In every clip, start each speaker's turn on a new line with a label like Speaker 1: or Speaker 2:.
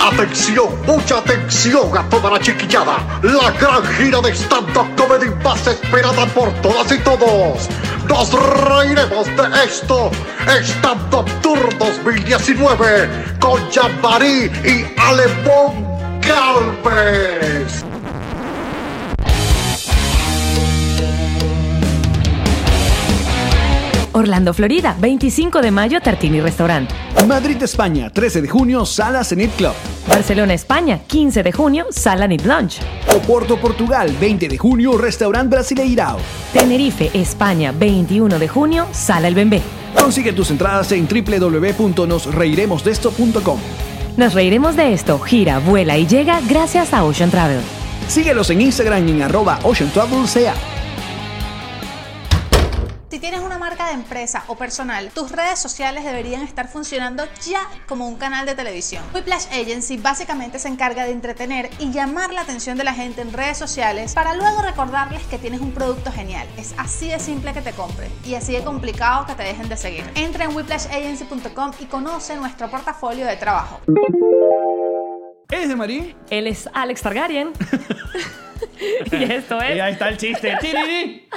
Speaker 1: Atención, mucha atención a toda la chiquillada. La gran gira de stand-up comedy más esperada por todas y todos. Nos reiremos de esto. Stand-up Tour 2019 con Jean-Marie y Alemón Galvez.
Speaker 2: Orlando, Florida, 25 de mayo, Tartini Restaurant.
Speaker 3: Madrid, España, 13 de junio, Sala Zenit Club.
Speaker 2: Barcelona, España, 15 de junio, Sala Need Lunch.
Speaker 3: Oporto, Portugal, 20 de junio, Restaurant Brasileirao.
Speaker 2: Tenerife, España, 21 de junio, Sala El Bembé.
Speaker 3: Consigue tus entradas en www.nosreiremosdeesto.com.
Speaker 2: Nos reiremos de esto, gira, vuela y llega gracias a Ocean Travel.
Speaker 3: Síguelos en Instagram en arroba Ocean Travel CA.
Speaker 4: Si tienes una marca de empresa o personal, tus redes sociales deberían estar funcionando ya como un canal de televisión. Whiplash Agency básicamente se encarga de entretener y llamar la atención de la gente en redes sociales para luego recordarles que tienes un producto genial. Es así de simple que te compren y así de complicado que te dejen de seguir. Entra en whiplashagency.com y conoce nuestro portafolio de trabajo.
Speaker 5: ¿Es de Marí?
Speaker 2: Él es Alex Targaryen. y esto
Speaker 5: Y
Speaker 2: es
Speaker 5: ahí está el chiste. ¡Tiriri!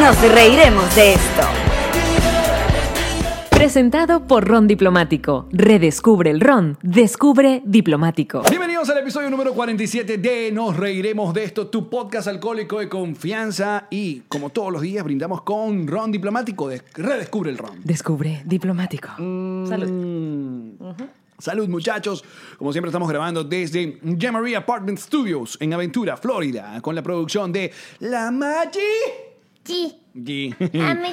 Speaker 6: Nos reiremos de esto.
Speaker 2: presentado por Ron Diplomático. Redescubre el Ron, descubre Diplomático.
Speaker 5: Bienvenidos al episodio número 47 de Nos Reiremos de Esto, tu podcast alcohólico de confianza. Y como todos los días, brindamos con Ron Diplomático. de- redescubre el Ron.
Speaker 2: Descubre Diplomático.
Speaker 5: Mm.
Speaker 2: Salud.
Speaker 5: Salud muchachos, como siempre estamos grabando desde Jamboree Apartment Studios en Aventura, Florida, con la producción de La Maggi.
Speaker 7: Sí.
Speaker 5: Gi.
Speaker 7: Ah, ¿me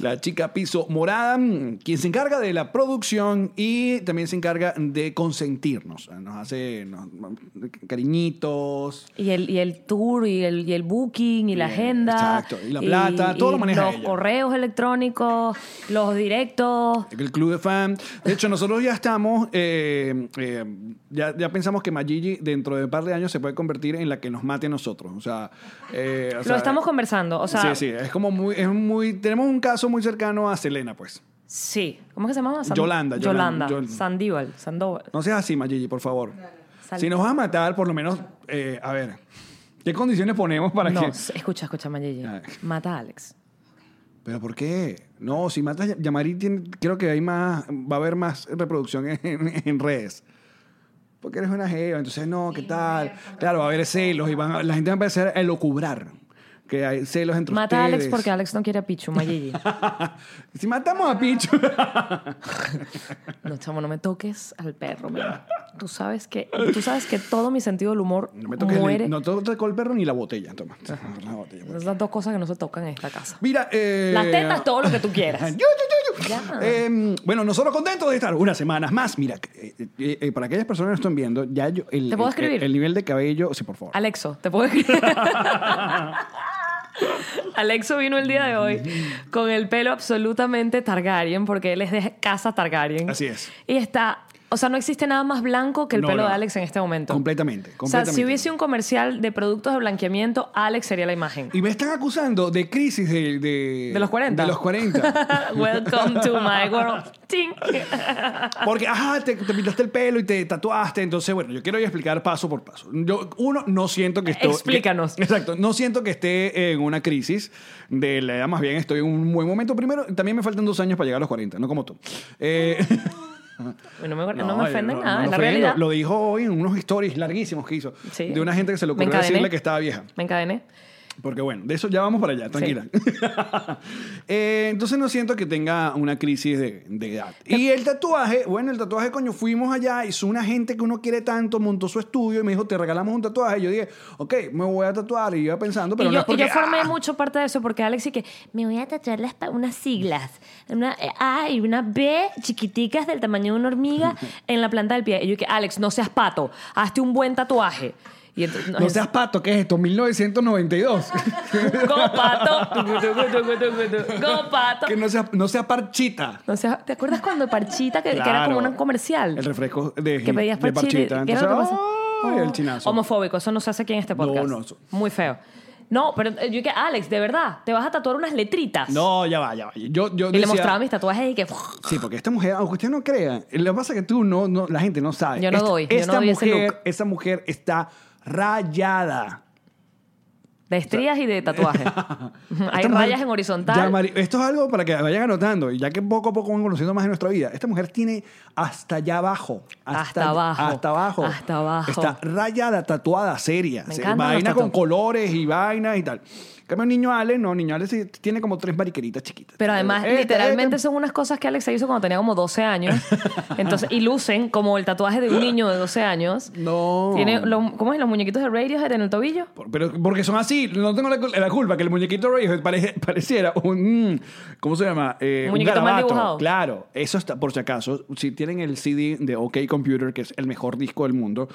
Speaker 5: La chica piso morada, mm, quien se encarga de la producción y también se encarga de consentirnos. Nos hace nos- mm, cariñitos.
Speaker 2: Y el, y el tour, y el, y el booking, y la
Speaker 5: Bien,
Speaker 2: agenda.
Speaker 5: exacto. Y la plata, todo lo maneja
Speaker 2: Los
Speaker 5: ella.
Speaker 2: correos electrónicos, los directos.
Speaker 5: El club de fan. De hecho, nosotros ya estamos, eh, eh, ya, ya pensamos que Magigi dentro de un par de años se puede convertir en la que nos mate a nosotros. O sea, eh, o
Speaker 2: lo
Speaker 5: sea,
Speaker 2: estamos conversando. O sea,
Speaker 5: sí, sí, es como muy, es muy, tenemos un caso muy cercano a Selena, pues.
Speaker 2: Sí. ¿Cómo es que se llama?
Speaker 5: Yolanda, Yolanda,
Speaker 2: Yolanda.
Speaker 5: Yol-
Speaker 2: Sandíbal. Sandoval.
Speaker 5: No seas así, Mayigi, por favor.
Speaker 2: Sal-
Speaker 5: Si nos vas a matar, por lo menos, eh, a ver, ¿qué condiciones ponemos para
Speaker 2: No,
Speaker 5: que...? Ah.
Speaker 2: s- escucha, escucha, Mayeye.
Speaker 5: A ver.
Speaker 2: Mata a Alex.
Speaker 5: ¿Pero por qué? No, si matas a Yamari, tiene- creo que hay más, va a haber más reproducción en, en redes. Porque eres una jeva, entonces no, ¿qué tal? Claro, va a haber celos y van a- la gente va a empezar a elucubrar que hay celos entre
Speaker 2: Mata a Alex
Speaker 5: ustedes.
Speaker 2: porque Alex no quiere a Pichu, Mayeye.
Speaker 5: Si matamos a Pichu...
Speaker 2: No, chamo, no me toques al perro, mira. Tú sabes que, tú sabes que todo mi sentido del humor
Speaker 5: No me toques,
Speaker 2: muere.
Speaker 5: el, no te tocó el perro ni la botella, toma. La botella, pues.
Speaker 2: Esas son dos cosas que no se tocan en esta casa.
Speaker 5: Mira, eh,
Speaker 2: Las tetas, todo lo que tú quieras.
Speaker 5: Yo, yo, yo, yo.
Speaker 2: Ya.
Speaker 5: Eh, bueno, nosotros contentos de estar unas semanas más. Mira, eh, eh, eh, para aquellas personas que no están viendo, ya yo, el,
Speaker 2: ¿Te puedo
Speaker 5: el-
Speaker 2: escribir?
Speaker 5: El, nivel de cabello, sí, por favor.
Speaker 2: Alexo, ¿te puedo escribir? Alexo vino el día de hoy con el pelo absolutamente Targaryen, porque él es de casa Targaryen.
Speaker 5: Así es.
Speaker 2: Y está, o sea, no existe nada más blanco que el
Speaker 5: No,
Speaker 2: pelo
Speaker 5: no.
Speaker 2: de Alex en este momento. O
Speaker 5: Completamente,
Speaker 2: sea, si
Speaker 5: completamente.
Speaker 2: hubiese un comercial de productos de blanqueamiento, Alex sería la imagen.
Speaker 5: Y me están acusando de crisis de... De,
Speaker 2: De los 40.
Speaker 5: De los 40.
Speaker 2: Welcome to my world. Ting.
Speaker 5: Porque, ajá, te, te pintaste el pelo y te tatuaste. Entonces, bueno, yo quiero hoy explicar paso por paso. Yo, uno, no siento que estoy...
Speaker 2: Explícanos.
Speaker 5: que- exacto. No siento que esté en una crisis de la edad. Más bien, estoy en un buen momento. Primero, también me faltan dos años para llegar a los 40, no como tú. Eh,
Speaker 2: No me, no me ofenden
Speaker 5: no,
Speaker 2: nada,
Speaker 5: no
Speaker 2: es la
Speaker 5: ofendo.
Speaker 2: realidad.
Speaker 5: Lo dijo hoy en unos stories larguísimos que hizo.
Speaker 2: Sí.
Speaker 5: De una gente que se
Speaker 2: Me
Speaker 5: le ocurrió
Speaker 2: encadené.
Speaker 5: decirle que estaba vieja.
Speaker 2: Me encadené.
Speaker 5: Porque bueno, de eso ya vamos para allá, tranquila. Eh, entonces no siento que tenga una crisis de, de edad. Y el tatuaje, bueno, el tatuaje, coño, fuimos allá, hizo una gente que uno quiere tanto, montó su estudio y me dijo, te regalamos un tatuaje. Y yo dije, ok, me voy a tatuar. Y yo iba pensando,
Speaker 2: y
Speaker 5: pero no
Speaker 2: yo,
Speaker 5: es porque...
Speaker 2: y yo formé
Speaker 5: ¡ah!
Speaker 2: mucho parte de eso porque Alex y que me voy a tatuar las pa- unas siglas, una eh, A y una B chiquiticas del tamaño de una hormiga en la planta del pie. Y yo que Alex, no seas pato, hazte un buen tatuaje. Y entonces,
Speaker 5: No seas pato, ¿qué es esto? 1992.
Speaker 2: Go pato. Go pato.
Speaker 5: que no sea, no sea parchita.
Speaker 2: No seas- ¿Te acuerdas cuando Parchita, que, que era como
Speaker 5: Claro.
Speaker 2: un comercial?
Speaker 5: El refresco de,
Speaker 2: que pedías
Speaker 5: de
Speaker 2: parchita.
Speaker 5: parchita.
Speaker 2: y- ¿qué era
Speaker 5: Entonces,
Speaker 2: lo que pasa?
Speaker 5: ¡ay! el chinazo.
Speaker 2: Homofóbico, eso no se hace aquí en este
Speaker 5: No,
Speaker 2: podcast.
Speaker 5: no, eso-
Speaker 2: Muy feo. No, pero eh, yo que Alex, de verdad, te vas a tatuar unas letritas.
Speaker 5: No, ya va, ya va. Yo, yo
Speaker 2: Y le
Speaker 5: decía-
Speaker 2: mostraba mis tatuajes y que.
Speaker 5: Sí, porque esta mujer, aunque usted no crea, lo que pasa es que tú no, no la gente no sabe.
Speaker 2: Yo no
Speaker 5: Esta-
Speaker 2: doy, yo no
Speaker 5: Esta
Speaker 2: doy ese
Speaker 5: mujer,
Speaker 2: look.
Speaker 5: esa mujer está rayada.
Speaker 2: De estrías y de tatuajes. Mm, Hay
Speaker 5: Esta mujer-
Speaker 2: rayas en horizontal.
Speaker 5: Ya, Mari- esto es algo para que vayan anotando, y ya que poco a poco van conociendo más en nuestra vida. Esta mujer tiene hasta allá abajo.
Speaker 2: Hasta abajo.
Speaker 5: Hasta abajo.
Speaker 2: Hasta abajo.
Speaker 5: Está rayada, tatuada, seria.
Speaker 2: Me
Speaker 5: Se-
Speaker 2: encantan
Speaker 5: vaina
Speaker 2: los tatu-
Speaker 5: con colores y vainas y tal. En cambio, el niño Ale, no, niño Ale sí tiene como tres mariqueritas chiquitas.
Speaker 2: Pero además,
Speaker 5: Este,
Speaker 2: literalmente
Speaker 5: este.
Speaker 2: son unas cosas que Alex se hizo cuando tenía como 12 años. Entonces, y lucen como el tatuaje de un niño de 12 años.
Speaker 5: No.
Speaker 2: Tiene lo- ¿Cómo es? Los muñequitos de Radiohead en el tobillo.
Speaker 5: Por- Pero porque son así, no tengo la, cul- la culpa que el muñequito Radiohead pare- pareciera un. mm, ¿Cómo se llama? Eh,
Speaker 2: Un muñequito mal
Speaker 5: garabato.
Speaker 2: dibujado.
Speaker 5: Claro, eso está, por si acaso. Si tienen el CD de OK Computer, que es el mejor disco del mundo,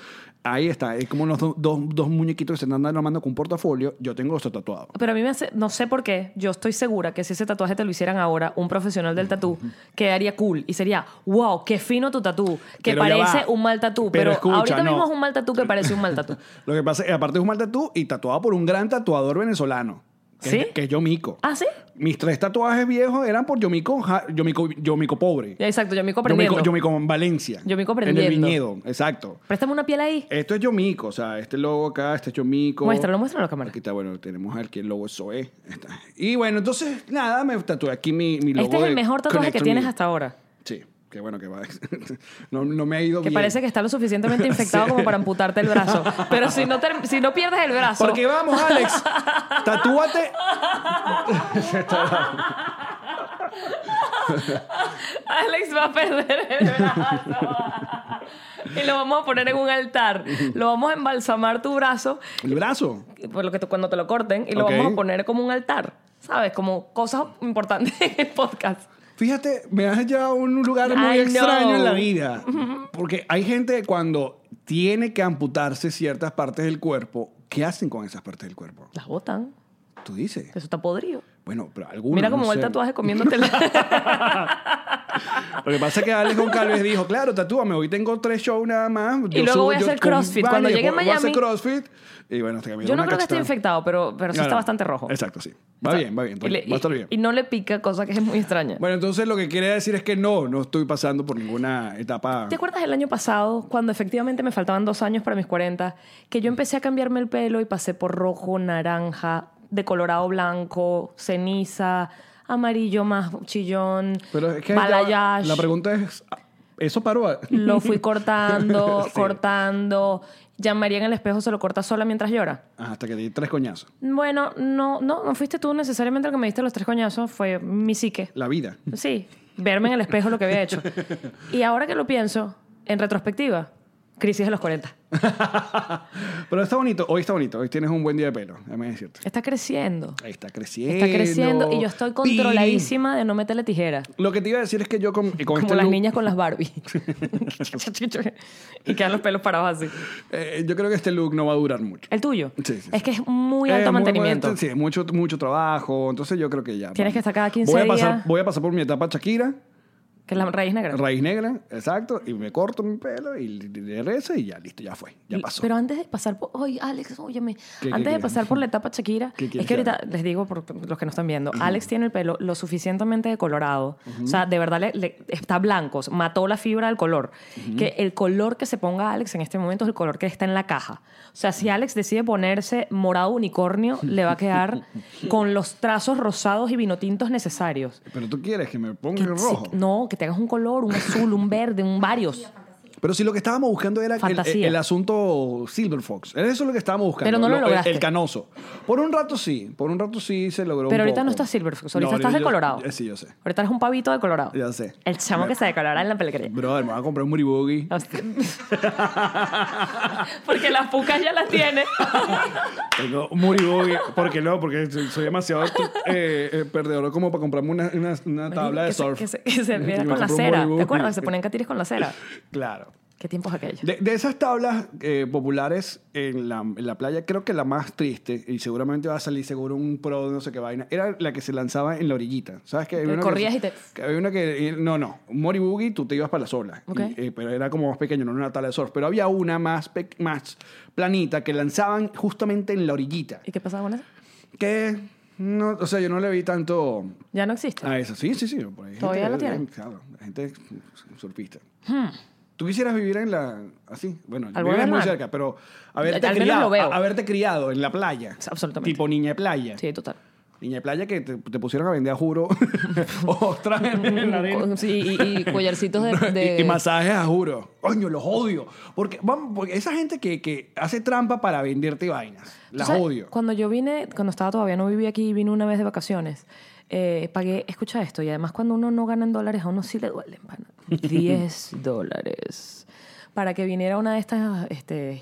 Speaker 5: ahí está. Es como los do- dos- dos muñequitos que se andan armando con un portafolio. Yo tengo eso tatuado.
Speaker 2: Pero a mí me hace, no sé por qué, yo estoy segura que si ese tatuaje te lo hicieran ahora, un profesional del tatú, quedaría cool y sería, wow, qué fino tu tatú, que
Speaker 5: Pero ya
Speaker 2: parece
Speaker 5: va.
Speaker 2: un mal tatú,
Speaker 5: Pero
Speaker 2: pero,
Speaker 5: escucha,
Speaker 2: ahorita
Speaker 5: no.
Speaker 2: mismo es un mal tatú que parece un mal tatú.
Speaker 5: Lo que pasa es que aparte es un mal tatú y tatuado por un gran tatuador venezolano. Que,
Speaker 2: ¿Sí?
Speaker 5: Que es Yomico.
Speaker 2: ¿Ah, sí?
Speaker 5: Mis tres tatuajes viejos eran por Yomico, ja- Yomico, Yomico pobre.
Speaker 2: Ya, Exacto, yo me
Speaker 5: Yo me,
Speaker 2: comprendiendo.
Speaker 5: yo me con Valencia.
Speaker 2: Yo me
Speaker 5: En el
Speaker 2: comprendiendo.
Speaker 5: viñedo, exacto.
Speaker 2: Préstame una piel ahí.
Speaker 5: Esto es Yomico, o sea, este logo acá, este es Yomico.
Speaker 2: Muéstralo, muéstralo a la cámara.
Speaker 5: Aquí está, bueno, tenemos aquí el logo eso es. Está. Y bueno, entonces, nada, me tatué aquí mi, mi logo.
Speaker 2: Este es
Speaker 5: de
Speaker 2: el mejor tatuaje
Speaker 5: Connect
Speaker 2: que
Speaker 5: to
Speaker 2: tienes
Speaker 5: Me.
Speaker 2: hasta ahora.
Speaker 5: Sí, que bueno, que va. no, no me ha ido
Speaker 2: Que
Speaker 5: bien.
Speaker 2: parece que está lo suficientemente infectado como para amputarte el brazo. Pero si no, ter- si no pierdes el brazo.
Speaker 5: Porque vamos, Alex, tatúate.
Speaker 2: Alex va a perder el brazo. y lo vamos a poner en un altar. Lo vamos a embalsamar tu brazo,
Speaker 5: El brazo.
Speaker 2: por lo que tú- cuando te lo corten, y lo
Speaker 5: Ok.
Speaker 2: vamos a poner como un altar. ¿Sabes? Como cosas importantes en el podcast.
Speaker 5: Fíjate, me has llevado a un lugar muy
Speaker 2: I
Speaker 5: extraño
Speaker 2: know.
Speaker 5: en la vida. Porque hay gente que cuando tiene que amputarse ciertas partes del cuerpo, ¿qué hacen con esas partes del cuerpo?
Speaker 2: Las botan.
Speaker 5: Tú dices.
Speaker 2: Eso está podrido.
Speaker 5: Bueno, pero algunos.
Speaker 2: Mira cómo
Speaker 5: como
Speaker 2: va el tatuaje comiéndote la...
Speaker 5: Lo que pasa es que Alex Goncalves dijo, claro, tatúame, hoy tengo tres shows nada más.
Speaker 2: Y luego voy a hacer
Speaker 5: con-
Speaker 2: CrossFit.
Speaker 5: vale,
Speaker 2: Cuando llegue a
Speaker 5: voy- voy a hacer
Speaker 2: Miami-
Speaker 5: CrossFit. Y bueno, este hasta que me
Speaker 2: Yo
Speaker 5: dieron
Speaker 2: no
Speaker 5: una
Speaker 2: creo que esté
Speaker 5: cachetada.
Speaker 2: infectado, pero, pero sí
Speaker 5: No,
Speaker 2: está
Speaker 5: no.
Speaker 2: bastante rojo.
Speaker 5: Exacto, sí. Va bien, va bien.
Speaker 2: Y le-
Speaker 5: tranquilo, va a estar
Speaker 2: y-
Speaker 5: bien.
Speaker 2: Y no le pica, cosa que es muy extraña.
Speaker 5: Bueno, entonces lo que quería decir es que no, no estoy pasando por ninguna etapa.
Speaker 2: ¿Te acuerdas el año pasado, cuando efectivamente me faltaban dos años para mis 40, que yo empecé a cambiarme el pelo y pasé por rojo, naranja, de colorado blanco, ceniza, amarillo más chillón,
Speaker 5: Pero es que ya-
Speaker 2: balayage? Mm.
Speaker 5: la pregunta es, ¿eso paró? a-
Speaker 2: Lo fui cortando,
Speaker 5: Sí.
Speaker 2: cortando. Jean María en el espejo se lo corta sola mientras llora.
Speaker 5: Ah, Hasta que di tres coñazos.
Speaker 2: Bueno, no, no, no fuiste tú necesariamente el que me diste los tres coñazos, fue mi psique.
Speaker 5: La vida.
Speaker 2: Sí, verme en el espejo lo que había hecho. Y ahora que lo pienso, en retrospectiva, crisis de los 40.
Speaker 5: Pero está bonito, hoy está bonito, hoy tienes un buen día de pelo, déjame decirte.
Speaker 2: Está creciendo.
Speaker 5: Está creciendo.
Speaker 2: Está creciendo y yo estoy
Speaker 5: Pi.
Speaker 2: controladísima de no meterle tijera.
Speaker 5: Lo que te iba a decir es que yo con, con
Speaker 2: Como
Speaker 5: este
Speaker 2: las
Speaker 5: look-
Speaker 2: niñas con las Barbie. y quedan los pelos parados así.
Speaker 5: eh, yo creo que este look no va a durar mucho.
Speaker 2: El tuyo.
Speaker 5: Sí, sí,
Speaker 2: es
Speaker 5: sí.
Speaker 2: que es muy
Speaker 5: Eh,
Speaker 2: alto mantenimiento.
Speaker 5: buen- sí, mucho, mucho trabajo. Entonces yo creo que ya.
Speaker 2: Tienes que estar cada 15
Speaker 5: voy a pasar,
Speaker 2: días.
Speaker 5: Voy a pasar por mi etapa Shakira,
Speaker 2: Que es la raíz negra.
Speaker 5: raíz negra, exacto. Y me corto mi pelo y le rezo y ya listo, ya fue, ya pasó.
Speaker 2: Pero antes de pasar por. Oye, Alex, óyeme.
Speaker 5: ¿Qué,
Speaker 2: antes
Speaker 5: qué,
Speaker 2: de
Speaker 5: qué?
Speaker 2: pasar por la etapa Shakira,
Speaker 5: ¿Qué quieres
Speaker 2: es que
Speaker 5: que
Speaker 2: ahorita
Speaker 5: haga?
Speaker 2: les digo por los que no están viendo, Alex tiene el pelo lo suficientemente decolorado. O sea, de verdad le- le- está blanco, mató la fibra del color. Que el color que se ponga Alex en este momento es el color que está en la caja. O sea, si Alex decide ponerse morado unicornio, le va a quedar con los trazos rosados y vinotintos necesarios.
Speaker 5: Pero tú quieres que me ponga
Speaker 2: Que
Speaker 5: el
Speaker 2: si-
Speaker 5: rojo.
Speaker 2: no, que te hagas un color, un azul, un verde, un varios.
Speaker 5: Pero si lo que estábamos buscando era el- el,
Speaker 2: Fantasía.
Speaker 5: el asunto Silver Fox. Era eso lo que estábamos buscando.
Speaker 2: Pero no lo
Speaker 5: el-
Speaker 2: lograste.
Speaker 5: El, canoso. Por un rato sí. Por un rato sí se logró.
Speaker 2: Pero
Speaker 5: un
Speaker 2: ahorita no
Speaker 5: poco.
Speaker 2: estás Silver Fox, ahorita
Speaker 5: No,
Speaker 2: estás
Speaker 5: yo-
Speaker 2: de Colorado.
Speaker 5: eh, Sí, yo sé.
Speaker 2: Ahorita eres un pavito de Colorado.
Speaker 5: Ya sé.
Speaker 2: El chamo que se decolora en la peluquería.
Speaker 5: Brother, me voy a comprar un Muribugi.
Speaker 2: Hostia. Porque las pucas ya las tiene.
Speaker 5: Tengo un Muribugi. ¿Por qué no? Porque soy soy demasiado eh, eh, perdedor como para comprarme una, una- una tabla de
Speaker 2: que se-
Speaker 5: surf.
Speaker 2: que se, que se
Speaker 5: Y
Speaker 2: mira
Speaker 5: me
Speaker 2: con la
Speaker 5: compro un
Speaker 2: cera.
Speaker 5: Muribugi.
Speaker 2: ¿Te acuerdas? Se ponían catires con la cera.
Speaker 5: Claro.
Speaker 2: ¿Qué tiempos aquellos?
Speaker 5: De, de esas tablas eh, populares en la, en la playa, creo que la más triste, y seguramente va a salir seguro un pro de no sé qué vaina, era la que se lanzaba en la orillita. ¿Sabes qué?
Speaker 2: Que corrías y te-
Speaker 5: había una que. eh, No, no. Un moribugi, tú te ibas para la sola.
Speaker 2: Ok.
Speaker 5: Y, eh, pero era como más pequeño, no era una tabla de surf. Pero había una más, pe- más planita que lanzaban justamente en la orillita.
Speaker 2: ¿Y qué pasaba con eso?
Speaker 5: que no, o sea, yo no le vi tanto
Speaker 2: Ya no existe.
Speaker 5: a eso. Sí, sí, sí. por ahí hay
Speaker 2: ¿Todavía
Speaker 5: gente
Speaker 2: lo
Speaker 5: que-
Speaker 2: tienen?
Speaker 5: Claro, la gente es surfista. ¿Tú quisieras vivir en la... así? Bueno,
Speaker 2: Al borde
Speaker 5: vives
Speaker 2: del
Speaker 5: muy
Speaker 2: mar.
Speaker 5: cerca, pero haberte,
Speaker 2: Al menos
Speaker 5: criado,
Speaker 2: lo veo.
Speaker 5: a- haberte criado en la playa.
Speaker 2: Sí, absolutamente.
Speaker 5: Tipo niña de playa.
Speaker 2: Sí, total.
Speaker 5: Niña de playa que te, te pusieron a vender a juro. Ostras en la arena.
Speaker 2: Sí, y, y collarcitos de...
Speaker 5: Y,
Speaker 2: de-
Speaker 5: y masajes a juro. Coño, los odio. Porque, vamos, porque esa gente que, que hace trampa para venderte vainas,
Speaker 2: ¿Tú
Speaker 5: las
Speaker 2: sabes?
Speaker 5: odio.
Speaker 2: Cuando yo vine, cuando estaba todavía no vivía aquí, vine una vez de vacaciones. eh, pagué, escucha esto, y además cuando uno no gana en dólares, a uno sí le duelen, pana. 10 dólares. Para que viniera una de estas, este,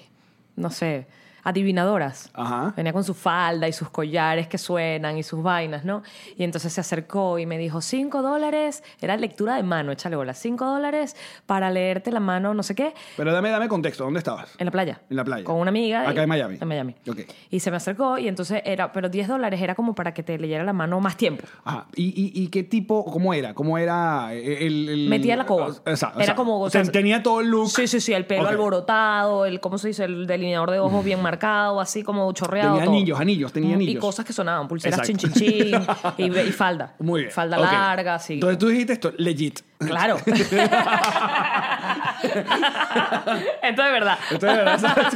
Speaker 2: no sé, adivinadoras.
Speaker 5: Ajá.
Speaker 2: Venía con su falda y sus collares que suenan y sus vainas, ¿no? Y entonces se acercó y me dijo, 5 dólares, era lectura de mano, échale bola, 5 dólares para leerte la mano, no sé qué.
Speaker 5: Pero dame, dame contexto, ¿dónde estabas?
Speaker 2: En la playa.
Speaker 5: En la playa.
Speaker 2: Con una amiga.
Speaker 5: Acá
Speaker 2: y-
Speaker 5: en Miami.
Speaker 2: En Miami.
Speaker 5: Ok.
Speaker 2: Y se me acercó y entonces era, pero 10 dólares era como para que te leyera la mano más tiempo.
Speaker 5: Ajá. ¿Y, y, y qué tipo, cómo era? ¿Cómo era el...? el-
Speaker 2: Metía la coba.
Speaker 5: Exacto.
Speaker 2: Era como, o sea,
Speaker 5: tenía todo el look.
Speaker 2: Sí, sí, sí, el pelo
Speaker 5: Ok.
Speaker 2: alborotado, el, ¿cómo se dice? El delineador de ojos bien marcado, así como chorreado.
Speaker 5: Tenía
Speaker 2: todo.
Speaker 5: anillos, anillos, tenía
Speaker 2: Mm, Y
Speaker 5: anillos.
Speaker 2: cosas que sonaban, pulseras chin,
Speaker 5: Exacto.
Speaker 2: chin, chin, y, ve- y falda.
Speaker 5: Muy bien.
Speaker 2: Falda
Speaker 5: Ok.
Speaker 2: larga, así.
Speaker 5: Entonces tú dijiste esto, legit.
Speaker 2: Claro. Esto es verdad.
Speaker 5: Esto es verdad, ¿sabes?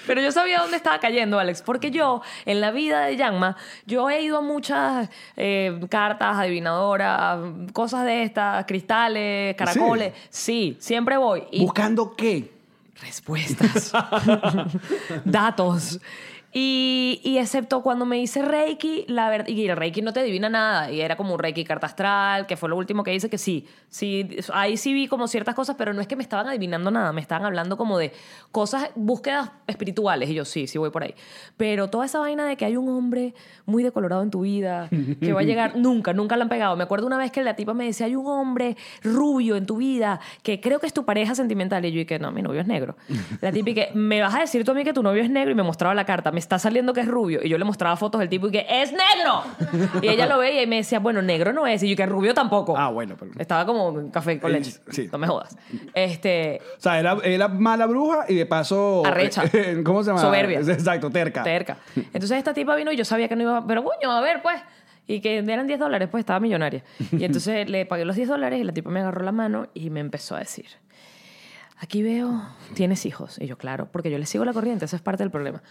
Speaker 2: Pero yo sabía dónde estaba cayendo, Alex, porque yo, en la vida de Yanma, yo he ido a muchas eh, cartas, adivinadoras, cosas de estas, cristales, caracoles. Sí, siempre voy. Y
Speaker 5: ¿Buscando qué?
Speaker 2: respuestas, datos. Y, y excepto cuando me hice Reiki, la verdad, y el Reiki no te adivina nada, y era como un Reiki carta astral, que fue lo último que hice, que sí, sí, ahí sí vi como ciertas cosas, pero no es que me estaban adivinando nada, me estaban hablando como de cosas, búsquedas espirituales, y yo sí, sí voy por ahí. Pero toda esa vaina de que hay un hombre muy decolorado en tu vida, que va a llegar, nunca, nunca la han pegado. Me acuerdo una vez que la tipa me decía, hay un hombre rubio en tu vida, que creo que es tu pareja sentimental, y yo y que no, mi novio es negro. La tipa y que, me vas a decir tú a mí que tu novio es negro, y me mostraba la carta, me está saliendo que es rubio, y yo le mostraba fotos del tipo y que, ¡es negro! Y ella lo veía y me decía, bueno, negro no es, y yo y que rubio tampoco.
Speaker 5: Ah, bueno, pero-
Speaker 2: Estaba como en café con
Speaker 5: Eh,
Speaker 2: leche.
Speaker 5: sí.
Speaker 2: No me jodas. Este...
Speaker 5: O sea, era, era mala bruja y de paso...
Speaker 2: Arrecha.
Speaker 5: ¿Cómo se llama?
Speaker 2: Soberbia.
Speaker 5: Exacto, terca.
Speaker 2: Terca. Entonces esta tipa vino y yo sabía que no iba, pero coño, a ver, pues. Y que eran 10 dólares, pues estaba millonaria. Y entonces le pagué los 10 dólares y la tipa me agarró la mano y me empezó a decir, aquí veo, tienes hijos. Y yo, claro, porque yo le sigo la corriente, eso es parte del problema.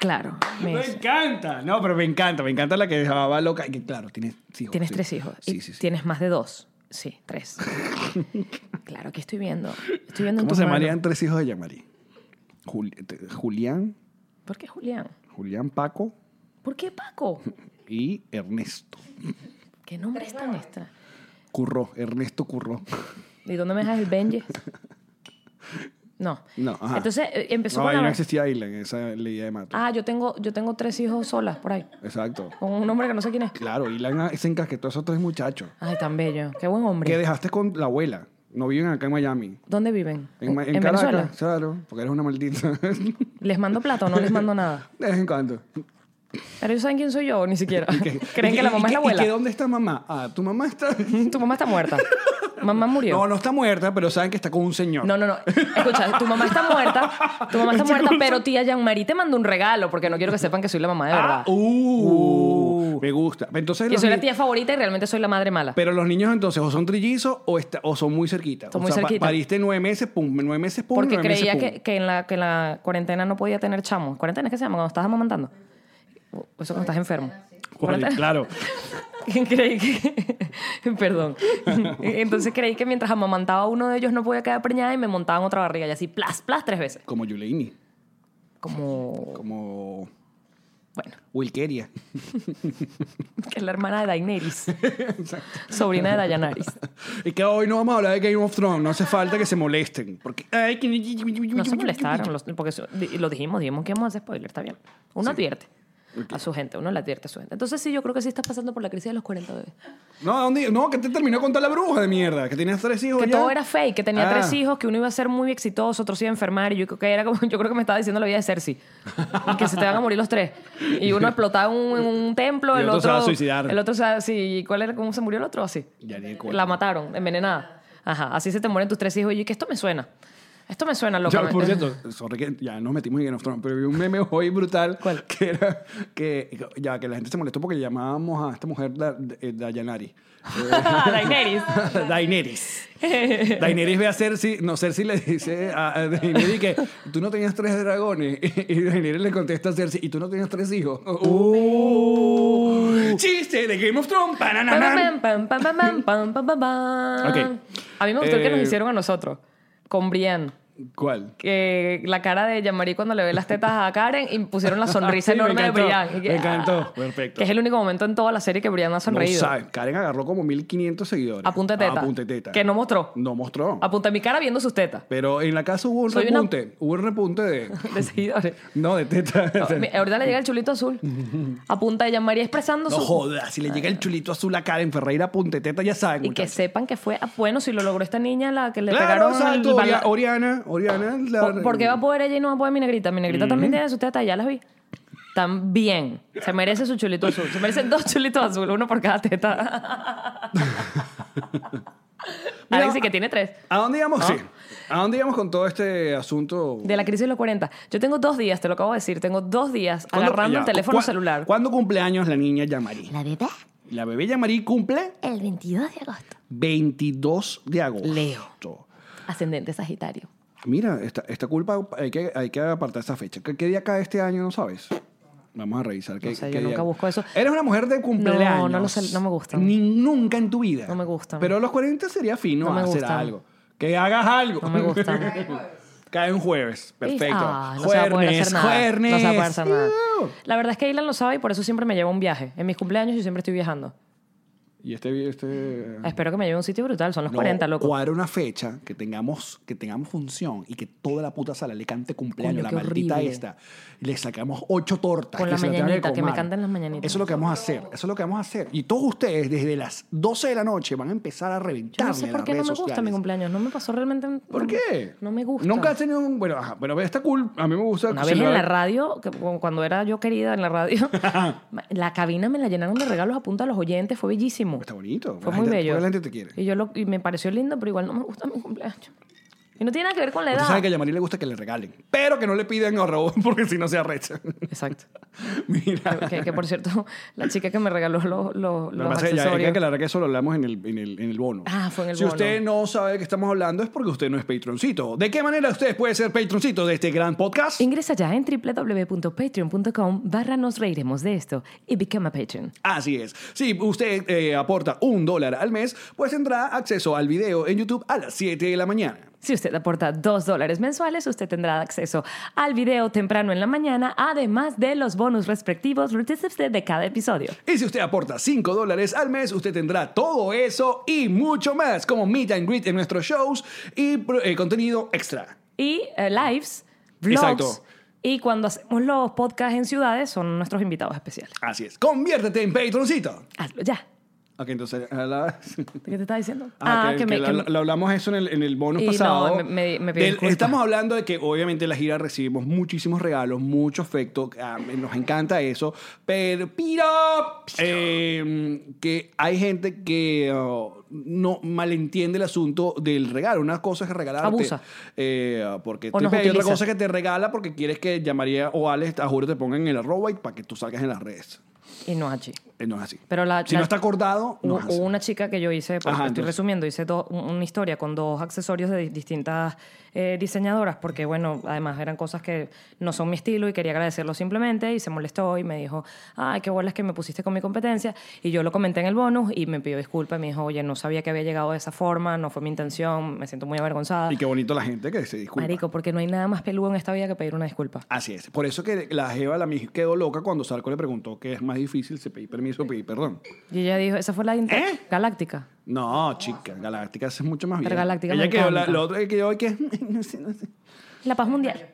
Speaker 2: Claro. me
Speaker 5: Me
Speaker 2: dice,
Speaker 5: encanta. No, pero me encanta. Me encanta la que dejaba loca. Y que, claro, tienes hijos.
Speaker 2: Tienes
Speaker 5: sí.
Speaker 2: tres hijos.
Speaker 5: Sí,
Speaker 2: y
Speaker 5: sí, sí.
Speaker 2: Tienes más de dos. Sí, tres. claro, aquí estoy viendo. Estoy viendo en
Speaker 5: ¿Cómo
Speaker 2: tus
Speaker 5: se
Speaker 2: manos.
Speaker 5: llamarían tres hijos de Yamari? Jul- te- Julián,
Speaker 2: ¿Por qué Julián?
Speaker 5: Julián Paco
Speaker 2: ¿Por qué Paco?
Speaker 5: y Ernesto.
Speaker 2: ¿Qué nombre es tan extra?
Speaker 5: Curro, Ernesto Curro.
Speaker 2: ¿Y dónde me dejas el Benji? No.
Speaker 5: No, ajá.
Speaker 2: Entonces eh, empezó
Speaker 5: No,
Speaker 2: con
Speaker 5: ahí
Speaker 2: la-
Speaker 5: no existía Island, esa ley de mato.
Speaker 2: Ah, yo tengo, yo tengo tres hijos solas por ahí.
Speaker 5: Exacto.
Speaker 2: Con un hombre que no sé quién es.
Speaker 5: Claro, Island se encasquetó a esos tres muchachos.
Speaker 2: Ay, tan bello. Qué buen hombre.
Speaker 5: Que dejaste con la abuela. No viven acá en Miami.
Speaker 2: ¿Dónde viven?
Speaker 5: En, Ma- en Caracas,
Speaker 2: Venezuela?
Speaker 5: claro, porque eres una maldita.
Speaker 2: ¿Les mando plata o no les mando nada?
Speaker 5: De vez en cuando.
Speaker 2: Pero ellos saben quién soy yo, ni siquiera.
Speaker 5: ¿Qué?
Speaker 2: Creen
Speaker 5: ¿Y
Speaker 2: que
Speaker 5: qué-
Speaker 2: la
Speaker 5: y
Speaker 2: mamá es la
Speaker 5: qué- ¿Y que
Speaker 2: abuela.
Speaker 5: dónde está mamá? Ah, tu mamá está.
Speaker 2: Tu mamá está muerta. Mamá murió.
Speaker 5: No, no está muerta, pero saben que está con un señor.
Speaker 2: No, no, no. Escucha, tu mamá está muerta. Tu mamá está muerta, pero tía Jean-Marie te mando un regalo porque no quiero que sepan que soy la mamá de verdad.
Speaker 5: Ah, uh,
Speaker 2: Uh.
Speaker 5: me gusta. Entonces,
Speaker 2: que
Speaker 5: los
Speaker 2: soy la
Speaker 5: ni-
Speaker 2: tía favorita y realmente soy la madre mala.
Speaker 5: Pero los niños entonces o son trillizos o, está- o son muy cerquitas.
Speaker 2: Son
Speaker 5: o
Speaker 2: muy
Speaker 5: sea, pa-
Speaker 2: cerquita.
Speaker 5: pariste nueve meses, pum, nueve meses, pum,
Speaker 2: Porque
Speaker 5: nueve meses,
Speaker 2: creía
Speaker 5: pum.
Speaker 2: que, que en la, que en la cuarentena no podía tener chamos. ¿Cuarentena es que se llama? Cuando estás amamantando. O Eso cuando estás enfermo.
Speaker 5: Joder,
Speaker 2: ¿Cuarentena?
Speaker 5: claro.
Speaker 2: creí que... Perdón. Entonces creí que mientras amamantaba uno de ellos no podía quedar preñada y me montaban otra barriga y así, plas, plas, tres veces.
Speaker 5: Como Yuleini,
Speaker 2: Como...
Speaker 5: como
Speaker 2: Bueno,
Speaker 5: Wilkeria.
Speaker 2: que es la hermana de Daenerys. Sobrina de Dayanaris.
Speaker 5: y que hoy no vamos a hablar de Game of Thrones, no hace falta que se molesten. Porque, ay, que-
Speaker 2: No se molestaron, los- porque eso- di- lo dijimos, dijimos que íbamos a hacer spoiler, está bien. Uno advierte a su gente, uno le advierte a su gente. Entonces sí, yo creo que sí estás pasando por la crisis de los 40 bebés.
Speaker 5: No, ¿a ¿dónde? no, que te terminó de contar la bruja de mierda, que tenías tres hijos.
Speaker 2: que
Speaker 5: ya.
Speaker 2: todo era fake, que tenía
Speaker 5: Ah.
Speaker 2: tres hijos, que uno iba a ser muy exitoso, otro se iba a enfermar, y yo creo que era como, yo creo que me estaba diciendo la vida de Cersei, Y que se te van a morir los tres. Y uno explotaba un- en un templo,
Speaker 5: Y
Speaker 2: el
Speaker 5: otro
Speaker 2: otro,
Speaker 5: se va a suicidar.
Speaker 2: El otro se va- sí, ¿y ¿cuál era cómo se murió el otro? Así.
Speaker 5: Ya ni de cuenta.
Speaker 2: La mataron, envenenada. Ajá, así se te mueren tus tres hijos y yo, que esto me suena. Esto me suena loco.
Speaker 5: Ya, por cierto, sorry que ya nos metimos en Game of Thrones, pero vi un meme hoy brutal.
Speaker 2: ¿Cuál?
Speaker 5: Que era que, ya, que la gente se molestó porque llamábamos a esta mujer Da- eh, Dayanari.
Speaker 2: Daenerys.
Speaker 5: Daenerys. Daenerys ve a Cersei, no, Cersei le dice a a Daenerys que tú no tenías tres dragones. Y Daenerys le contesta a Cersei, y tú no tenías tres hijos. ¡Uh! ¡Chiste de Game of Thrones! ¡Pananana!
Speaker 2: Pam, pam, pam, pam, pam, pam, pam, pam, pam.
Speaker 5: Ok.
Speaker 2: A mí me gustó el que nos
Speaker 5: Eh,
Speaker 2: hicieron a nosotros, con Brienne.
Speaker 5: ¿Cuál?
Speaker 2: Que la cara de Yamari cuando le ve las tetas a Karen y pusieron la sonrisa
Speaker 5: Sí, me
Speaker 2: enorme
Speaker 5: encantó,
Speaker 2: de Brienne. Y que,
Speaker 5: me encantó.
Speaker 2: ah,
Speaker 5: Perfecto.
Speaker 2: Que es el único momento en toda la serie que Brienne ha sonreído.
Speaker 5: No sabe, Karen agarró como 1500 seguidores.
Speaker 2: A punta de teta.
Speaker 5: punta de teta.
Speaker 2: Que no mostró.
Speaker 5: No mostró.
Speaker 2: Apunta mi cara viendo sus tetas
Speaker 5: Pero en la casa hubo un
Speaker 2: Soy una-
Speaker 5: repunte. Hubo un repunte de.
Speaker 2: de seguidores.
Speaker 5: No, de teta.
Speaker 2: Mi- Ahorita le llega el chulito azul. Apunta de Yamari expresando
Speaker 5: No
Speaker 2: su.
Speaker 5: jodas, si le llega el chulito azul a Karen Ferreira, punta de teta, ya saben.
Speaker 2: Y que
Speaker 5: muchachos.
Speaker 2: sepan que fue. ah, Bueno, si lo logró esta niña, la que le
Speaker 5: Claro,
Speaker 2: pegaron. al
Speaker 5: exacto. Ori-
Speaker 2: bala-
Speaker 5: Oriana, Oriana. la-
Speaker 2: ¿Por, por qué va a poder ella y no va a poder mi negrita? Mi negrita también tiene sus tetas, ya las vi. También. Se merece su chulito azul. Se merecen dos chulitos azules, uno por cada teta.
Speaker 5: Mira,
Speaker 2: Alex, sí que tiene tres.
Speaker 5: ¿A dónde íbamos? Sí. ¿A dónde íbamos con todo este asunto?
Speaker 2: De la crisis de los 40. Yo tengo dos días, te lo acabo de decir, tengo dos días
Speaker 5: ¿Cuándo-
Speaker 2: agarrando
Speaker 5: ya,
Speaker 2: el teléfono
Speaker 5: ¿cuá-
Speaker 2: celular.
Speaker 5: ¿Cuándo cumpleaños la niña Yamari?
Speaker 7: La bebé,
Speaker 5: La bebé Yamari cumple
Speaker 2: Eh.
Speaker 7: el 22 de agosto.
Speaker 5: 22 de agosto.
Speaker 2: Leo. Ascendente Sagitario.
Speaker 5: Mira, esta, esta culpa hay que, hay que apartar esa fecha. ¿Qué, qué día cae este año? No sabes. Vamos a revisar. ¿Qué,
Speaker 2: No sé,
Speaker 5: qué
Speaker 2: yo
Speaker 5: día-
Speaker 2: nunca busco eso.
Speaker 5: Eres una mujer de cumpleaños.
Speaker 2: No, no lo sé, no me gustan.
Speaker 5: Ni nunca en tu vida.
Speaker 2: No me gustan.
Speaker 5: Pero a los 40 sería fino
Speaker 2: No me
Speaker 5: hacer
Speaker 2: gustan.
Speaker 5: algo. Que hagas algo.
Speaker 2: No me gustan.
Speaker 5: cae un jueves. Perfecto.
Speaker 2: Ah, no se va a poder hacer nada.
Speaker 5: jueves.
Speaker 2: No se va a poder hacer nada.
Speaker 5: Iu.
Speaker 2: La verdad es que Ilan lo sabe y por eso siempre me lleva a un viaje. En mis cumpleaños yo siempre estoy viajando.
Speaker 5: Y este... este...
Speaker 2: Espero que me lleve a un sitio brutal. Son los
Speaker 5: no,
Speaker 2: 40, loco.
Speaker 5: cuadra una fecha que tengamos que tengamos función y que toda la puta sala le cante
Speaker 2: Coño,
Speaker 5: cumpleaños la
Speaker 2: qué
Speaker 5: maldita
Speaker 2: horrible.
Speaker 5: esta y le sacamos ocho tortas
Speaker 2: Con
Speaker 5: que
Speaker 2: la
Speaker 5: se tengan
Speaker 2: mañanita, que me
Speaker 5: comer.
Speaker 2: canten las mañanitas.
Speaker 5: eso es lo que vamos a hacer eso es lo que vamos a hacer y todos ustedes desde las 12 de la noche van a empezar a
Speaker 2: Yo
Speaker 5: reventarme
Speaker 2: no sé
Speaker 5: en
Speaker 2: por
Speaker 5: las
Speaker 2: qué no
Speaker 5: redes
Speaker 2: me gusta
Speaker 5: sociales.
Speaker 2: mi cumpleaños. No me pasó realmente. un-
Speaker 5: ¿por qué?
Speaker 2: No me gusta.
Speaker 5: nunca has tenido un bueno ajá, bueno está cool a mí me gusta
Speaker 2: Una vez en
Speaker 5: celebrar-
Speaker 2: la radio, que cu- cuando era yo querida en la radio, la cabina me la llenaron de regalos a punta a los oyentes. Fue bellísimo.
Speaker 5: está bonito
Speaker 2: Fue
Speaker 5: La
Speaker 2: muy
Speaker 5: gente-
Speaker 2: bello.
Speaker 5: porque la gente te quiere
Speaker 2: Y, yo lo- y me pareció lindo, pero igual no me gusta mi cumpleaños. Y no tiene nada que ver con la
Speaker 5: Usted
Speaker 2: edad.
Speaker 5: sabe que a Yamari le gusta que le regalen, pero que no le pidan ahorro porque si no se arrecha.
Speaker 2: Exacto.
Speaker 5: Mira.
Speaker 2: Que, que, por cierto, la chica que me regaló los, los,
Speaker 5: Lo
Speaker 2: los
Speaker 5: que pasa es que ya-
Speaker 2: accesorios.
Speaker 5: que la verdad que eso lo hablamos en el, en el, en el bono.
Speaker 2: Ah, fue en el
Speaker 5: si
Speaker 2: bono.
Speaker 5: usted no sabe de qué estamos hablando es porque usted no es patroncito. ¿De qué manera usted puede ser patroncito de este gran podcast?
Speaker 2: Ingresa ya en www.patreon.com barra nos reiremos de esto y become a patron.
Speaker 5: Así es. Si usted eh, aporta un dólar al mes, pues tendrá acceso al video en YouTube a las 7 de la mañana.
Speaker 2: Si usted aporta 2 dólares mensuales, usted tendrá acceso al video temprano en la mañana, además de los bonus respectivos de cada episodio.
Speaker 5: Y si usted aporta 5 dólares al mes, usted tendrá todo eso y mucho más, como meet and greet en nuestros shows y pro- eh, contenido extra.
Speaker 2: Y eh, lives, vlogs.
Speaker 5: Exacto.
Speaker 2: Y cuando hacemos los podcasts en ciudades, son nuestros invitados especiales.
Speaker 5: Así es. Conviértete en patroncito.
Speaker 2: Hazlo ya.
Speaker 5: Ok, entonces... a la-
Speaker 2: ¿Qué te estaba diciendo?
Speaker 5: Ah, que, que
Speaker 2: me-
Speaker 5: lo,
Speaker 2: que-
Speaker 5: lo- lo hablamos eso en el, en el bonus
Speaker 2: Y no,
Speaker 5: pasado.
Speaker 2: me- me- me pido
Speaker 5: Del-
Speaker 2: disculpas.
Speaker 5: estamos hablando de que obviamente en la gira recibimos muchísimos regalos, mucho afecto, ah, nos encanta eso, pero, pero, eh, que hay gente que oh, no malentiende el asunto del regalo. Una cosa es regalar
Speaker 2: Abusa.
Speaker 5: porque
Speaker 2: O
Speaker 5: te
Speaker 2: nos
Speaker 5: pega, y otra
Speaker 2: utiliza.
Speaker 5: cosa es que te regala porque quieres que llamaría o Alex, a juro te pongan el arroba y para que tú salgas en las redes.
Speaker 2: Y no allí.
Speaker 5: Eh, No es así.
Speaker 2: Pero la-
Speaker 5: si
Speaker 2: la-
Speaker 5: no está acordado, no
Speaker 2: Hubo
Speaker 5: es así.
Speaker 2: hubo una chica que yo hice, pues,
Speaker 5: Ajá,
Speaker 2: estoy
Speaker 5: entonces.
Speaker 2: resumiendo, hice do- un- una historia con dos accesorios de di- distintas eh, diseñadoras, porque bueno, además eran cosas que no son mi estilo y quería agradecerlo simplemente y se molestó y me dijo, ay, qué bolas que me pusiste con mi competencia. Y yo lo comenté en el bonus y me pidió disculpas, me dijo, oye, no sabía que había llegado de esa forma, no fue mi intención, me siento muy avergonzada.
Speaker 5: Y qué bonito la gente que se disculpa.
Speaker 2: Marico, porque no hay nada más peludo en esta vida que pedir una disculpa.
Speaker 5: Así es. Por eso que la Jeva la Mij quedó loca cuando Sarko le preguntó qué es más difícil, si pedir permiso o pedir perdón.
Speaker 2: Y ella dijo, esa
Speaker 5: ¿Eh?
Speaker 2: fue la intergaláctica.
Speaker 5: No, chica, Galáctica es mucho más bien.
Speaker 2: Pero Galáctica
Speaker 5: Ella
Speaker 2: me
Speaker 5: quedó, la,
Speaker 2: encanta.
Speaker 5: la otra que quedó que es, no sé, no sé.
Speaker 2: La paz mundial.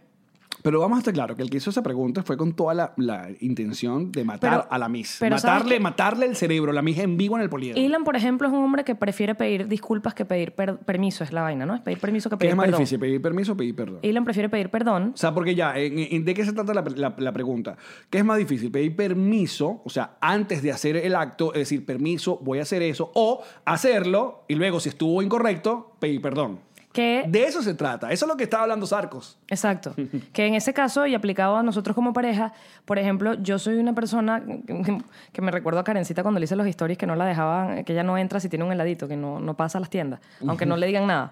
Speaker 5: Pero vamos a estar claro que el que hizo esa pregunta fue con toda la, la intención de matar
Speaker 2: Pero-
Speaker 5: a la Miss.
Speaker 2: pero ¿sabes
Speaker 5: Matarle,
Speaker 2: qué?
Speaker 5: matarle el cerebro, la Miss en vivo en el poliedro.
Speaker 2: Elon, por ejemplo, es un hombre que prefiere pedir disculpas que pedir per- permiso, es la vaina, ¿no? Es pedir permiso que
Speaker 5: ¿Qué
Speaker 2: pedir
Speaker 5: es más
Speaker 2: perdón.
Speaker 5: difícil, pedir permiso o pedir perdón?
Speaker 2: Elon prefiere pedir perdón.
Speaker 5: O sea, porque ya, en- en- ¿de qué se trata la, la- la pregunta? ¿Qué es más difícil? ¿Pedir permiso? O sea, antes de hacer el acto, es decir, permiso, voy a hacer eso, o hacerlo y luego, si estuvo incorrecto, pedir perdón.
Speaker 2: Que
Speaker 5: De eso se trata. Eso es lo que estaba hablando Sarcos.
Speaker 2: Exacto. que en ese caso, y aplicado a nosotros como pareja, por ejemplo, yo soy una persona que, que me recuerdo a Karencita cuando le hice los stories que no la dejaban, que ella no entra si tiene un heladito, que no, no pasa a las tiendas, aunque no le digan nada.